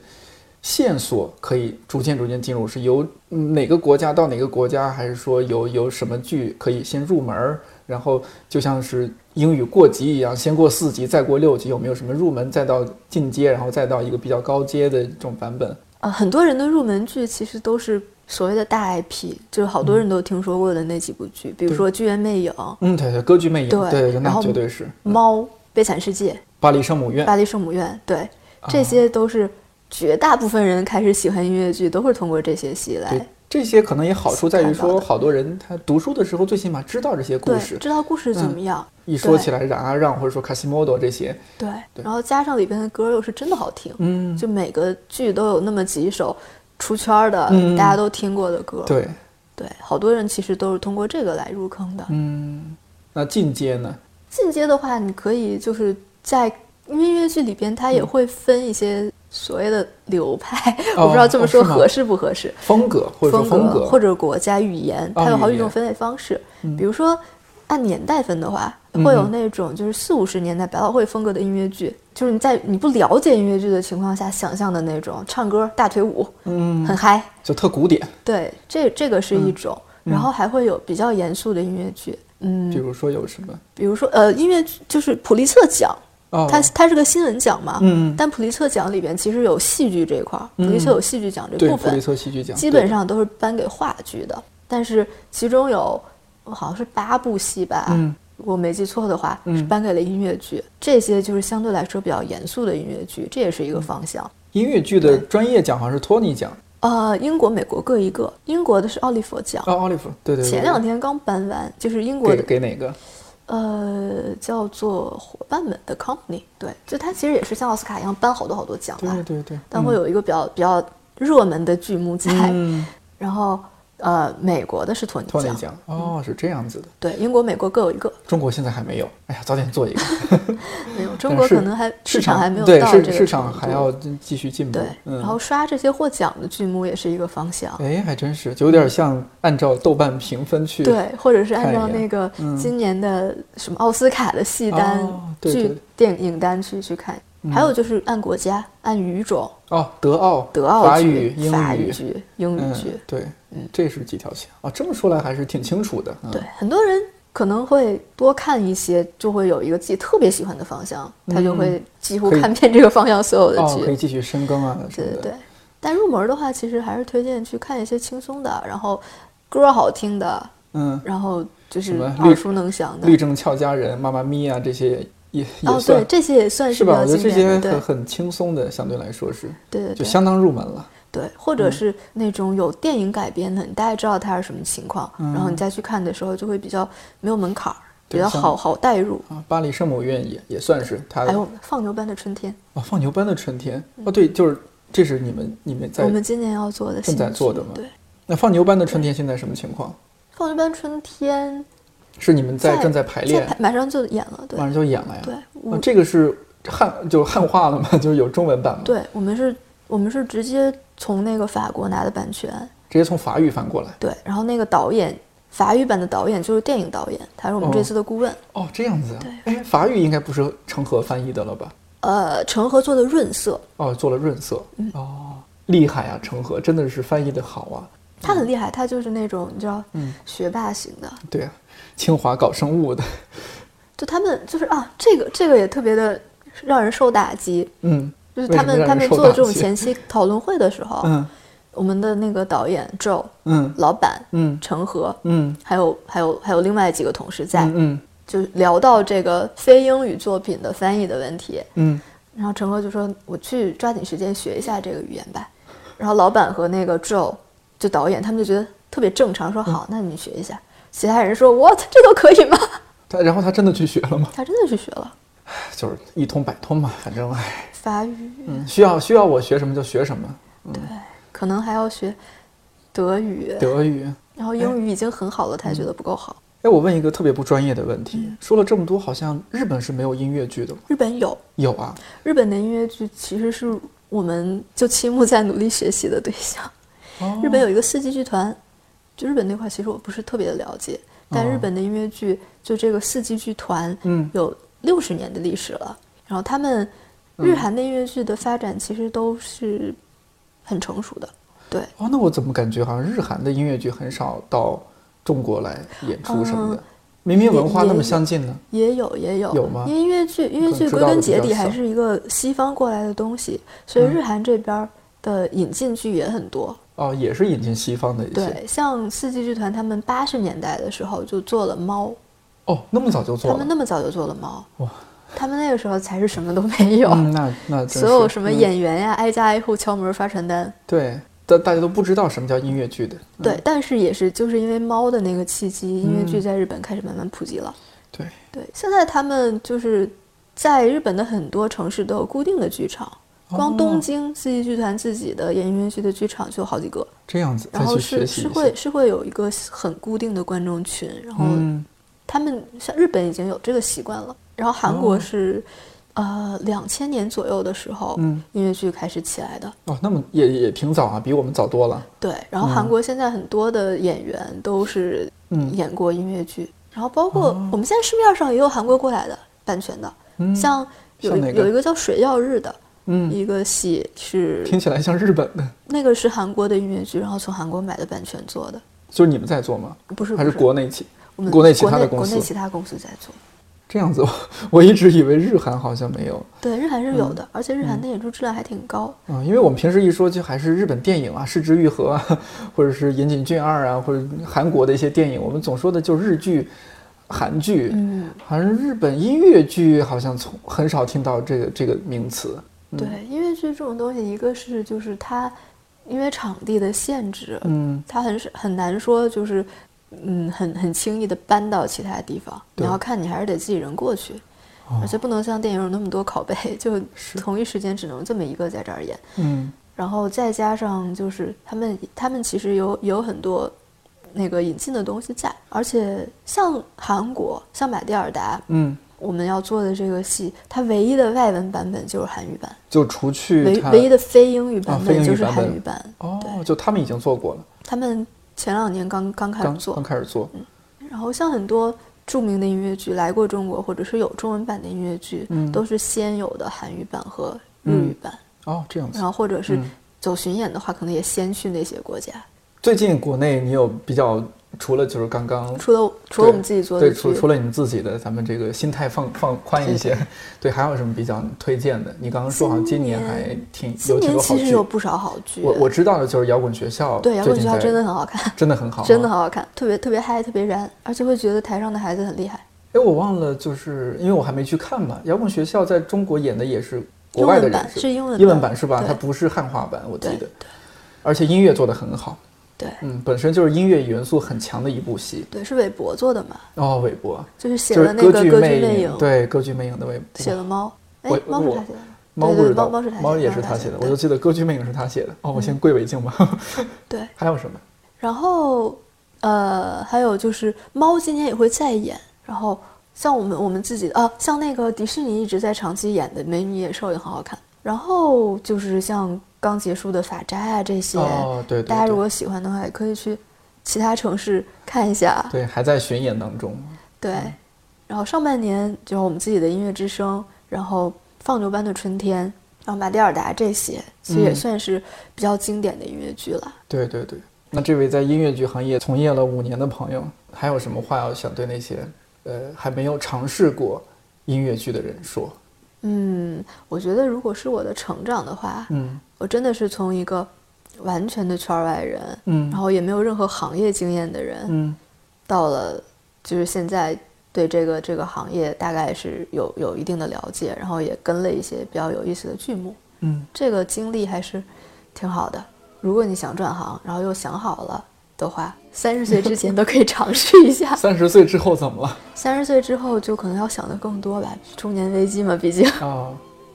Speaker 1: 线索可以逐渐逐渐进入？是由嗯哪个国家到哪个国家，还是说由由什么剧可以先入门儿？然后就像是英语过级一样，先过四级，再过六级，有没有什么入门，再到进阶，然后再到一个比较高阶的这种版本？
Speaker 2: 呃，很多人的入门剧其实都是所谓的大 IP，就是好多人都听说过的那几部剧，比如说《剧院魅影》《
Speaker 1: 嗯，对对，歌剧魅影，
Speaker 2: 对
Speaker 1: 对，
Speaker 2: 然
Speaker 1: 那
Speaker 2: 后
Speaker 1: 绝对是
Speaker 2: 猫》《悲惨世界》
Speaker 1: 巴黎圣母院
Speaker 2: 《巴黎圣母院》，对，
Speaker 1: 啊
Speaker 2: 这些都是绝大部分人开始喜欢音乐剧都是通过这些戏
Speaker 1: 对
Speaker 2: 来，
Speaker 1: 这些可能也好处在于
Speaker 2: 看到
Speaker 1: 说，
Speaker 2: 的
Speaker 1: 好多人他读书的时候最起码知道这些故
Speaker 2: 对
Speaker 1: 事。嗯
Speaker 2: 知道故事怎么样，
Speaker 1: 一说
Speaker 2: 对
Speaker 1: 起来，冉阿让或者说卡西莫多这些，
Speaker 2: 对，
Speaker 1: 对
Speaker 2: 然后加上里边的歌又是真的好听，
Speaker 1: 嗯
Speaker 2: 就每个剧都有那么几首出圈儿的，
Speaker 1: 嗯
Speaker 2: 大家都听过的歌，
Speaker 1: 对，
Speaker 2: 对好多人其实都是通过这个来入坑的。
Speaker 1: 嗯，那进阶呢？
Speaker 2: 进阶的话，你可以就是在因为音乐剧里边，它也会分一些所谓的流派，
Speaker 1: 嗯哦
Speaker 2: 我不知道这么说
Speaker 1: 哦是吗
Speaker 2: 合适不合适。
Speaker 1: 风格或者说
Speaker 2: 风
Speaker 1: 风
Speaker 2: 或者国家语言，
Speaker 1: 哦
Speaker 2: 它有好
Speaker 1: 语
Speaker 2: 几种
Speaker 1: 言嗯
Speaker 2: 分类方式。比如说，按年代分的话，会有那种就是四五十年代百老汇风格的音乐剧，就是你在你不了解音乐剧的情况下想象的那种唱歌、大腿舞，嗯，很嗨。
Speaker 1: 就特古典，
Speaker 2: 对，这这个是
Speaker 1: 嗯
Speaker 2: 一种。然后还会有比较严肃的音乐剧，嗯
Speaker 1: 比，如说有什么？
Speaker 2: 比如说呃，音乐剧就是普利策奖，
Speaker 1: 哦，
Speaker 2: 它它是个新闻奖嘛，
Speaker 1: 嗯
Speaker 2: 但普利策奖里边其实有戏剧这一块儿，普利策有戏剧奖这
Speaker 1: 对
Speaker 2: 部
Speaker 1: 普
Speaker 2: 分
Speaker 1: 利，策戏剧奖，
Speaker 2: 基
Speaker 1: 对
Speaker 2: 本上都是颁给话剧的，但是其中有好像是八部戏吧，
Speaker 1: 嗯
Speaker 2: 我没记错的话、
Speaker 1: 嗯
Speaker 2: 是颁给了音乐剧，这些就是相对来说比较严肃的音乐剧，这也是
Speaker 1: 嗯
Speaker 2: 一个方向。
Speaker 1: 音乐剧的专业奖好像是托尼奖，
Speaker 2: 呃，英国、美国各一个，英国的是奥利佛奖，
Speaker 1: 哦，奥利弗，对对对，
Speaker 2: 前两天刚颁完，就是英国
Speaker 1: 给
Speaker 2: 的
Speaker 1: 给哪个？
Speaker 2: 呃，叫做伙伴们的 company，对，就它其实也是像奥斯卡一样颁好多好多奖
Speaker 1: 对
Speaker 2: 啦，
Speaker 1: 对对对，
Speaker 2: 但会有一个比较比较热门的剧目在，
Speaker 1: 嗯，
Speaker 2: 然后呃，美国的是托尼
Speaker 1: 托尼
Speaker 2: 奖，嗯
Speaker 1: 奖，哦，是这样子的，
Speaker 2: 对，英国、美国各有一个，
Speaker 1: 中国现在还没有，哎呀，早点做一个，
Speaker 2: 没有，中国
Speaker 1: 嗯是
Speaker 2: 可能还
Speaker 1: 市
Speaker 2: 场还没有
Speaker 1: 对
Speaker 2: 到这
Speaker 1: 市
Speaker 2: 个
Speaker 1: 市场
Speaker 2: 程
Speaker 1: 还
Speaker 2: 度
Speaker 1: 要继续进步
Speaker 2: 对，，
Speaker 1: 嗯
Speaker 2: 然后刷这些获奖的剧目也是一个方向，
Speaker 1: 哎，还真是，就有点像按照豆瓣评分去，
Speaker 2: 嗯对，或者是
Speaker 1: 看
Speaker 2: 按
Speaker 1: 一
Speaker 2: 照
Speaker 1: 眼
Speaker 2: 那个
Speaker 1: 嗯
Speaker 2: 今年的什么奥斯卡的戏单
Speaker 1: 哦、对对嗯
Speaker 2: 剧、电影单去去看，还有就是按国家、按语种。
Speaker 1: 哦，德奥、
Speaker 2: 德奥
Speaker 1: 法
Speaker 2: 剧
Speaker 1: 语、英
Speaker 2: 法
Speaker 1: 语
Speaker 2: 语剧、英语
Speaker 1: 嗯
Speaker 2: 剧，，
Speaker 1: 对，这是几条线哦，这么说来还是挺清楚的，嗯
Speaker 2: 对，，很多人可能会多看一些，就会有一个自己特别喜欢的方向，他就会几乎
Speaker 1: 嗯可以
Speaker 2: 看遍这个方向所有的
Speaker 1: 哦，可以继
Speaker 2: 剧。
Speaker 1: 续深耕啊什
Speaker 2: 对
Speaker 1: 么
Speaker 2: 对
Speaker 1: 的，
Speaker 2: 对。但入门的话，其实还是推荐去看一些轻松的，然后歌好听的，
Speaker 1: 嗯，
Speaker 2: 然后就是
Speaker 1: 什么
Speaker 2: 耳
Speaker 1: 律
Speaker 2: 熟能详的
Speaker 1: 律。政俏佳人、妈妈咪呀这些也也
Speaker 2: 哦，
Speaker 1: 算
Speaker 2: 对，这些也算
Speaker 1: 是
Speaker 2: 比
Speaker 1: 吧？
Speaker 2: 较
Speaker 1: 我觉得
Speaker 2: 经
Speaker 1: 这
Speaker 2: 典
Speaker 1: 些
Speaker 2: 的，
Speaker 1: 很
Speaker 2: 对
Speaker 1: 很轻松的，相对来说是，
Speaker 2: 对对
Speaker 1: 就
Speaker 2: 对
Speaker 1: 相嗯当入门了。
Speaker 2: 对，或者是那种有电影改编的，你大概知道它是什么情况，然后你再去看的时候就会比较没有门槛儿，
Speaker 1: 嗯
Speaker 2: 比
Speaker 1: 对
Speaker 2: 较
Speaker 1: 像
Speaker 2: 好好代入。
Speaker 1: 啊，巴黎圣母院也也算是它
Speaker 2: 还
Speaker 1: 的
Speaker 2: 有《放牛班的春天》，
Speaker 1: 哦，放牛班的春天哦，对，就是这是你们你们在
Speaker 2: 嗯我们今年要做的新
Speaker 1: 正在
Speaker 2: 剧
Speaker 1: 做的吗
Speaker 2: 对，《
Speaker 1: 那放牛班的春天现在什么情况？
Speaker 2: 放牛班春天》
Speaker 1: 是你们在正在排练，
Speaker 2: 马上就演了。对
Speaker 1: 马上就演了呀？
Speaker 2: 对
Speaker 1: 啊，
Speaker 2: 我
Speaker 1: 这个是汉就汉化了吗？ 就是有中文版吗？，
Speaker 2: 对，我们是，我们是直接从那个法国拿的版权，
Speaker 1: 直接从法语翻过来。
Speaker 2: 对，然后那个导演，法语版的导演就是电影导演，他是我们
Speaker 1: 哦
Speaker 2: 这次的顾问。
Speaker 1: 哦，这样子啊
Speaker 2: 对。
Speaker 1: 哎，法语应该不是成河翻译的了吧？
Speaker 2: 呃，成河做的润色，
Speaker 1: 哦，做了润色。
Speaker 2: 嗯
Speaker 1: 哦，厉害啊，成河真的是翻译的好啊。
Speaker 2: 他很厉害，他就是那种你知道，
Speaker 1: 嗯
Speaker 2: 学霸型的，
Speaker 1: 对啊，清华搞生物的。
Speaker 2: 就他们就是啊，这个这个也特别的让人受打击，
Speaker 1: 嗯
Speaker 2: 就是
Speaker 1: 为
Speaker 2: 他
Speaker 1: 什么让
Speaker 2: 们
Speaker 1: 人
Speaker 2: 他们
Speaker 1: 受
Speaker 2: 做
Speaker 1: 打
Speaker 2: 这种
Speaker 1: 击
Speaker 2: 前期讨论会的时候，
Speaker 1: 嗯
Speaker 2: 我们的那个导演 Joe，
Speaker 1: 嗯
Speaker 2: 老板，
Speaker 1: 嗯
Speaker 2: 成河，
Speaker 1: 嗯
Speaker 2: 还有还有还有另外几个同事在，
Speaker 1: 嗯嗯
Speaker 2: 就聊到这个非英语作品的翻译的问题，
Speaker 1: 嗯，
Speaker 2: 然后陈哥就说：“我去抓紧时间学一下这个语言吧。”然后老板和那个 Joe 就导演他们就觉得特别正常，说：“
Speaker 1: 嗯
Speaker 2: 好，那你学一下。”其他人说：“What？这都可以吗
Speaker 1: 他然后他真的去学了吗？？”
Speaker 2: 他真的去学了
Speaker 1: 就是一通百通嘛，反正哎，
Speaker 2: 法语，
Speaker 1: 嗯需要需要我学什么就学什么。
Speaker 2: 可能还要学德语，
Speaker 1: 德语。
Speaker 2: 然后英语已经很好了，他还觉得不够好。
Speaker 1: 哎，我问一个特别不专业的问
Speaker 2: 嗯
Speaker 1: 题，说了这么多，好像日本是没有音乐剧的吗？
Speaker 2: 日本有
Speaker 1: 有啊，
Speaker 2: 日本的音乐剧，其实是我们就青木在努力学习的对象。
Speaker 1: 哦
Speaker 2: 日本有一个四季剧团，就日本那块其实我不是特别的了解，但
Speaker 1: 哦
Speaker 2: 日本的音乐剧就这个四季剧团，
Speaker 1: 嗯
Speaker 2: 有六十年的历史了。然后他们日韩的音乐剧的发展其实都是很成熟的，对，
Speaker 1: 哦，那我怎么感觉好像日韩的音乐剧很少到中国来演出什么的？
Speaker 2: 嗯
Speaker 1: 明明文化
Speaker 2: 也
Speaker 1: 那么
Speaker 2: 也
Speaker 1: 相近呢？
Speaker 2: 也有也有
Speaker 1: 有吗
Speaker 2: 因为音乐剧音乐
Speaker 1: 可能
Speaker 2: 剧
Speaker 1: 知
Speaker 2: 归
Speaker 1: 道的
Speaker 2: 根
Speaker 1: 比
Speaker 2: 结
Speaker 1: 较
Speaker 2: 底还
Speaker 1: 少
Speaker 2: 是一个西方过来的东西，所以日韩这边儿的引进剧也很多。
Speaker 1: 哦，也是引进西方的一些
Speaker 2: 对，像四季剧团他们八十年代的时候就做了猫，
Speaker 1: 哦，那么早就做
Speaker 2: 他
Speaker 1: 了，
Speaker 2: 们那么早就做了猫，
Speaker 1: 哇，
Speaker 2: 他们那个时候才是什么都没有，
Speaker 1: 嗯，那那真
Speaker 2: 所有
Speaker 1: 是
Speaker 2: 什么
Speaker 1: 嗯
Speaker 2: 演员呀、挨家挨户敲门发传单，
Speaker 1: 对，但大家都不知道什么叫音乐剧的，嗯
Speaker 2: 对，但是也是就是因为猫的那个契机，音乐剧在日本开始慢慢普及了。
Speaker 1: 对，
Speaker 2: 对，现在他们就是在日本的很多城市都有固定的剧场，
Speaker 1: 哦
Speaker 2: 光东京四季剧团自己的演音乐剧的剧场就有好几个，
Speaker 1: 这样子再
Speaker 2: 然后
Speaker 1: 去
Speaker 2: 是
Speaker 1: 学习
Speaker 2: 是
Speaker 1: 一
Speaker 2: 会
Speaker 1: 下，
Speaker 2: 是会有一个很固定的观众群，然后
Speaker 1: 嗯，
Speaker 2: 他们像日本已经有这个习惯了，然后韩
Speaker 1: 哦
Speaker 2: 国是。呃，两千年左右的时候，
Speaker 1: 嗯
Speaker 2: 音乐剧开始起来的。
Speaker 1: 哦，那么也也挺早啊，比我们早多了，
Speaker 2: 对，然后韩国现在很多的演员都是
Speaker 1: 嗯哦
Speaker 2: 演过音乐剧，然后包括我们现在市面上也有韩国过来的版权的，
Speaker 1: 嗯
Speaker 2: 像有
Speaker 1: 像
Speaker 2: 一
Speaker 1: 哪个
Speaker 2: 有一个叫《水曜日》的
Speaker 1: 嗯，
Speaker 2: 一个戏是
Speaker 1: 听起来像日本的，
Speaker 2: 那个是韩国的音乐剧，然后从韩国买的版权做的，
Speaker 1: 就是你们在做吗？
Speaker 2: 不是
Speaker 1: 还
Speaker 2: 不
Speaker 1: 是
Speaker 2: 是
Speaker 1: 国内起？
Speaker 2: 我们
Speaker 1: 国内其
Speaker 2: 国
Speaker 1: 他
Speaker 2: 内
Speaker 1: 的公
Speaker 2: 国内
Speaker 1: 司
Speaker 2: 其他公司在做。
Speaker 1: 这样子，我 我一直以为日韩好像没有
Speaker 2: 对，日韩是有
Speaker 1: 嗯
Speaker 2: 的，而且日韩的演出质量还挺高。
Speaker 1: 啊、因为我们平时一说就还是日本电影啊，《失之愈合》啊， 或者是岩井俊二啊，或者韩国的一些电影，我们总说的就是日剧、韩剧，
Speaker 2: 嗯，
Speaker 1: 好像日本音乐剧好像从很少听到这个这个名词。
Speaker 2: 对，音乐剧这种东西，一个是就是它因为场地的限制，
Speaker 1: 嗯，
Speaker 2: 它很是很难说就是，嗯，很很轻易的搬到其他地方。你
Speaker 1: 对哦
Speaker 2: 要看，你还是得自己人过去，而且不能像电影有那么多拷贝，就是同一时间只能这么一个在这儿演。
Speaker 1: 嗯，
Speaker 2: 然后再加上就是他们他们其实有有很多那个引进的东西在，而且像韩国像马蒂尔达，
Speaker 1: 嗯，
Speaker 2: 我们要做的这个戏，它唯一的外文版本就是韩语版，
Speaker 1: 就除去
Speaker 2: 唯
Speaker 1: 它啊
Speaker 2: 唯一的非英语版
Speaker 1: 非英
Speaker 2: 本
Speaker 1: 语
Speaker 2: 就是
Speaker 1: 版
Speaker 2: 韩
Speaker 1: 本
Speaker 2: 语版。
Speaker 1: 哦，
Speaker 2: 对
Speaker 1: 就他们已经做过了，
Speaker 2: 他们前两年刚刚开始
Speaker 1: 刚
Speaker 2: 做嗯
Speaker 1: 刚，开始做，
Speaker 2: 然后像很多著名的音乐剧来过中国，或者是有中文版的音乐剧，
Speaker 1: 嗯
Speaker 2: 都是先有的韩语版和日语版，
Speaker 1: 哦，这样子
Speaker 2: 然。后或者是
Speaker 1: 嗯
Speaker 2: 走巡演的话，可能也先去那些国家。
Speaker 1: 最近国内你有比较除了就是刚刚
Speaker 2: 除了除了我们自己做的
Speaker 1: 对，
Speaker 2: 剧，
Speaker 1: 除除了你们自己的，咱们这个心态放放宽一些，对，还有什么比较推荐的？你刚刚说好像今年
Speaker 2: 今年
Speaker 1: 还挺
Speaker 2: 今
Speaker 1: 有挺
Speaker 2: 年
Speaker 1: 多好
Speaker 2: 其实有
Speaker 1: 剧，
Speaker 2: 不少好剧。
Speaker 1: 我我知道的就是摇滚学校，
Speaker 2: 对摇滚学校真的
Speaker 1: 很
Speaker 2: 很 好看，
Speaker 1: 真的很好，
Speaker 2: 真的。很好看，特别特别嗨，特别燃，而且会觉得台上的孩子很厉害。
Speaker 1: 哎，我忘了，就是因为我还没去看嘛。摇滚学校在中国演的也是国外的
Speaker 2: 英文
Speaker 1: 人
Speaker 2: 版
Speaker 1: 是吧
Speaker 2: 是英文版
Speaker 1: 英文版是吧？
Speaker 2: 对
Speaker 1: 它不是汉化版，我记
Speaker 2: 对
Speaker 1: 得
Speaker 2: 对，
Speaker 1: 而且音乐做的很好，
Speaker 2: 对
Speaker 1: 嗯，本身就是音乐元素很强的一部戏。
Speaker 2: 对，是韦伯做的嘛，
Speaker 1: 哦，韦伯
Speaker 2: 就是写
Speaker 1: 就是
Speaker 2: 了那个《歌剧
Speaker 1: 魅
Speaker 2: 魅影》，
Speaker 1: 对，歌剧魅影的韦伯，
Speaker 2: 写了猫，哎
Speaker 1: 我，
Speaker 2: 猫是
Speaker 1: 我
Speaker 2: 他写的吗，
Speaker 1: 猫
Speaker 2: 对
Speaker 1: 不
Speaker 2: 对
Speaker 1: 知道，
Speaker 2: 猫是他写的，嗯
Speaker 1: 也是他写的，我
Speaker 2: 对
Speaker 1: 就记得歌剧魅影是他写的。哦，我先跪为敬吧。
Speaker 2: 对。
Speaker 1: 还有什么？
Speaker 2: 然后，呃，还有就是猫今年也会再演，然后像我们我们自己啊，像那个迪士尼一直在长期演的《美女与野兽》也很好看。然后就是像刚结束的《法扎》啊这些，
Speaker 1: 哦对对
Speaker 2: 大家
Speaker 1: 对
Speaker 2: 如果喜欢的话，也可以去其他城市看一下。
Speaker 1: 对，还在巡演当中。
Speaker 2: 对，然后上半年就是我们自己的音乐之声，然后放牛班的春天，然后马蒂尔达这些，其实也
Speaker 1: 嗯
Speaker 2: 算是比较经典的音乐剧了。
Speaker 1: 对对对。那这位在音乐剧行业从业了五年的朋友，还有什么话要想对那些呃还没有尝试过音乐剧的人说？
Speaker 2: 嗯，我觉得如果是我的成长的话，
Speaker 1: 嗯
Speaker 2: 我真的是从一个完全的圈外人，
Speaker 1: 嗯
Speaker 2: 然后也没有任何行业经验的人，
Speaker 1: 嗯
Speaker 2: 到了就是现在对这个这个行业大概是有有一定的了解，然后也跟了一些比较有意思的剧目，
Speaker 1: 嗯，
Speaker 2: 这个经历还是挺好的。如果你想转行，然后又想好了的话，三十岁之前都可以尝试一
Speaker 1: ，
Speaker 2: 下
Speaker 1: 三十岁之后怎么了？
Speaker 2: 三十岁之后就可能要想的更多吧，中年危机嘛，毕竟。
Speaker 1: 啊、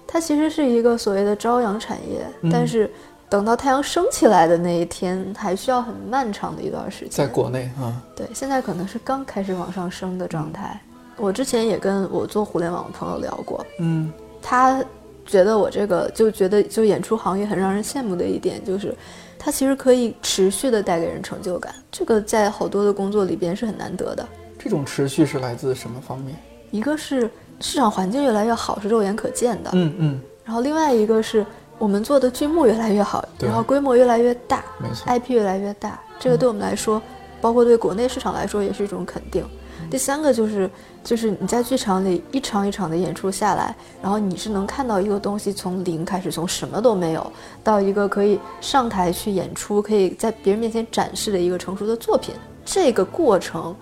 Speaker 2: 它其实是一个所谓的朝阳产业，
Speaker 1: 嗯
Speaker 2: 但是等到太阳升起来的那一天，还需要很漫长的一段时
Speaker 1: 在
Speaker 2: 间。
Speaker 1: 国内啊，
Speaker 2: 对，现在可能是刚开始往上升的
Speaker 1: 嗯
Speaker 2: 状态。我之前也跟我做互联网的朋友聊过，
Speaker 1: 嗯
Speaker 2: 他觉得我这个就觉得就演出行业很让人羡慕的一点就是，它其实可以持续的带给人成就感，这个在好多的工作里边是很难得的。
Speaker 1: 这种持续是来自什么方面？
Speaker 2: 一个是市场环境越来越好，是肉眼可见的，
Speaker 1: 嗯嗯，
Speaker 2: 然后另外一个是我们做的剧目越来越好，
Speaker 1: 对
Speaker 2: 然后规模越来越大
Speaker 1: 没错
Speaker 2: ，IP 越来越大，这个对我们来说，包括对国内市场来说也是一种肯定。第三个就是就是你在剧场里一场一场的演出下来，然后你是能看到一个东西从零开始，从什么都没有到一个可以上台去演出，可以在别人面前展示的一个成熟的作品，这个过程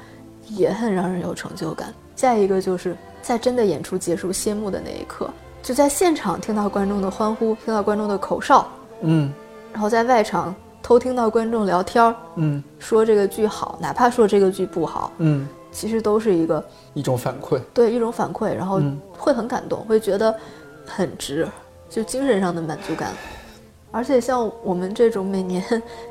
Speaker 2: 也很让人有成就感。再一个就是在真的演出结束谢幕的那一刻，就在现场听到观众的欢呼，听到观众的口哨，
Speaker 6: 嗯
Speaker 2: 然后在外场偷听到观众聊天儿，
Speaker 6: 嗯
Speaker 2: 说这个剧好，哪怕说这个剧不好，
Speaker 6: 嗯，
Speaker 2: 其实都是一个
Speaker 6: 一种反馈。
Speaker 2: 对一种反馈，然后
Speaker 6: 嗯
Speaker 2: 会很感动，会觉得很值，就精神上的满足感。而且像我们这种每年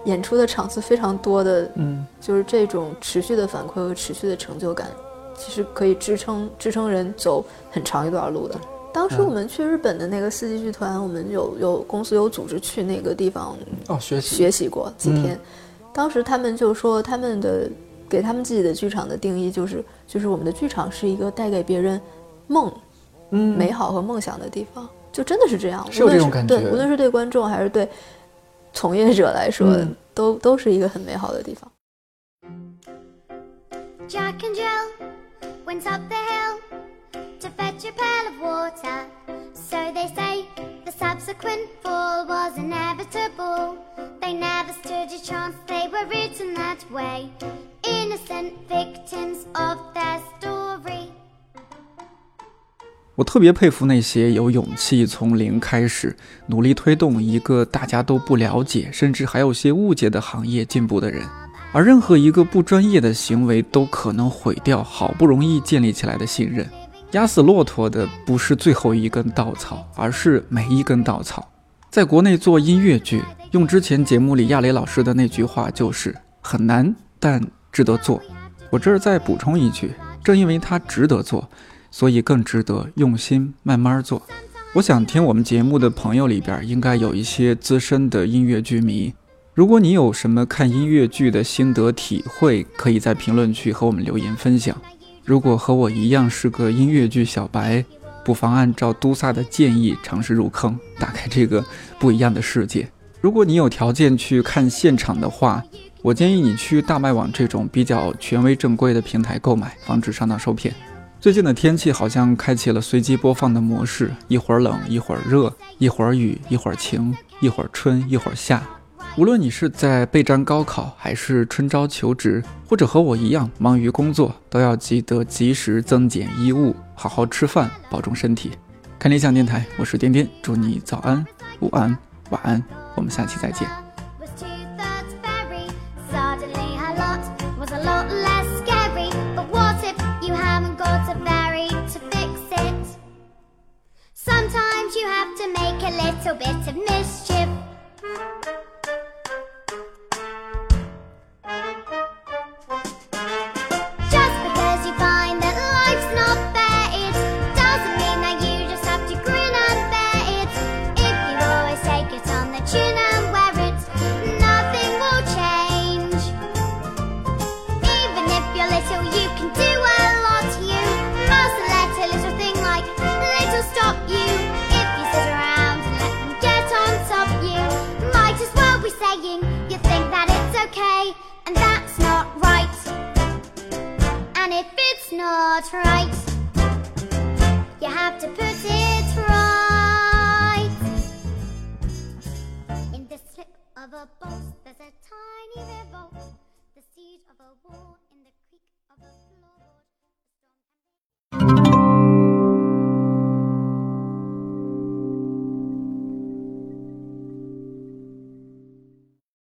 Speaker 2: 演出的场次非常多的，
Speaker 6: 嗯，
Speaker 2: 就是这种持续的反馈和持续的成就感，其实可以支撑支撑人走很长一段路的。当时我们去日本的那个四季剧团，我们有有公司有组织去那个地方
Speaker 6: 哦，学习嗯
Speaker 2: 学习过几天。当时他们就说，他们的给他们自己的剧场的定义就是，就是我们的剧场是一个带给别人梦、
Speaker 6: 嗯
Speaker 2: 美好和梦想的地方，就真的是这样。
Speaker 6: 是有
Speaker 2: 无论
Speaker 6: 这种感觉
Speaker 2: 对，无论是对观众还是对从业者来说，
Speaker 6: 嗯
Speaker 2: 都都是一个很美好的地方。
Speaker 7: Jack and Jill went up the hill to fetch a pail of water. So they say the subsequent fall was inevitable. They never stood a chance, they were written that way. Innocent victims of their story.
Speaker 1: 我特别佩服那些有勇气从零开始，努力推动一个大家都不了解，甚至还有些误解的行业进步的人。而任何一个不专业的行为都可能毁掉好不容易建立起来的信任。压死骆驼的不是最后一根稻草，而是每一根稻草。在国内做音乐剧，用之前节目里亚雷老师的那句话就是很难，但值得做。我这儿再补充一句，正因为它值得做，所以更值得用心慢慢做。我想听我们节目的朋友里边，应该有一些资深的音乐剧迷。如果你有什么看音乐剧的心得体会，可以在评论区和我们留言分享。如果和我一样是个音乐剧小白，不妨按照都萨的建议尝试入坑，打开这个不一样的世界。如果你有条件去看现场的话，我建议你去大麦网这种比较权威正规的平台购买，防止上当受骗。最近的天气好像开启了随机播放的模式，一会儿冷，一会儿热，一会儿雨，一会儿晴，一会儿春，一会儿夏。无论你是在备战高考，还是春招求职，或者和我一样忙于工作，都要记得及时增减衣物，好好吃饭，保重身体。看理想电台，我是颠颠，祝你早安、午安、晚安，我们下期再见。
Speaker 7: was two-thirds berry. Suddenly a lot was a lot less scary. But what if you haven't got a berry to fix it? Sometimes you have to make a little bit of mischief. Just because you find that life's not fair, it doesn't mean that you just have to grin and bear it. If you always take it on the chin and wear it, nothing will change. Even if you're little, you can do a lot. You mustn't let a little thing like little stop you. If you sit around and let them get on top you, might as well be saying you think that it's okay, and that's not right. And if it's not right, you have to put it right. In the slip of a boat, there's a tiny river, the seed of a war.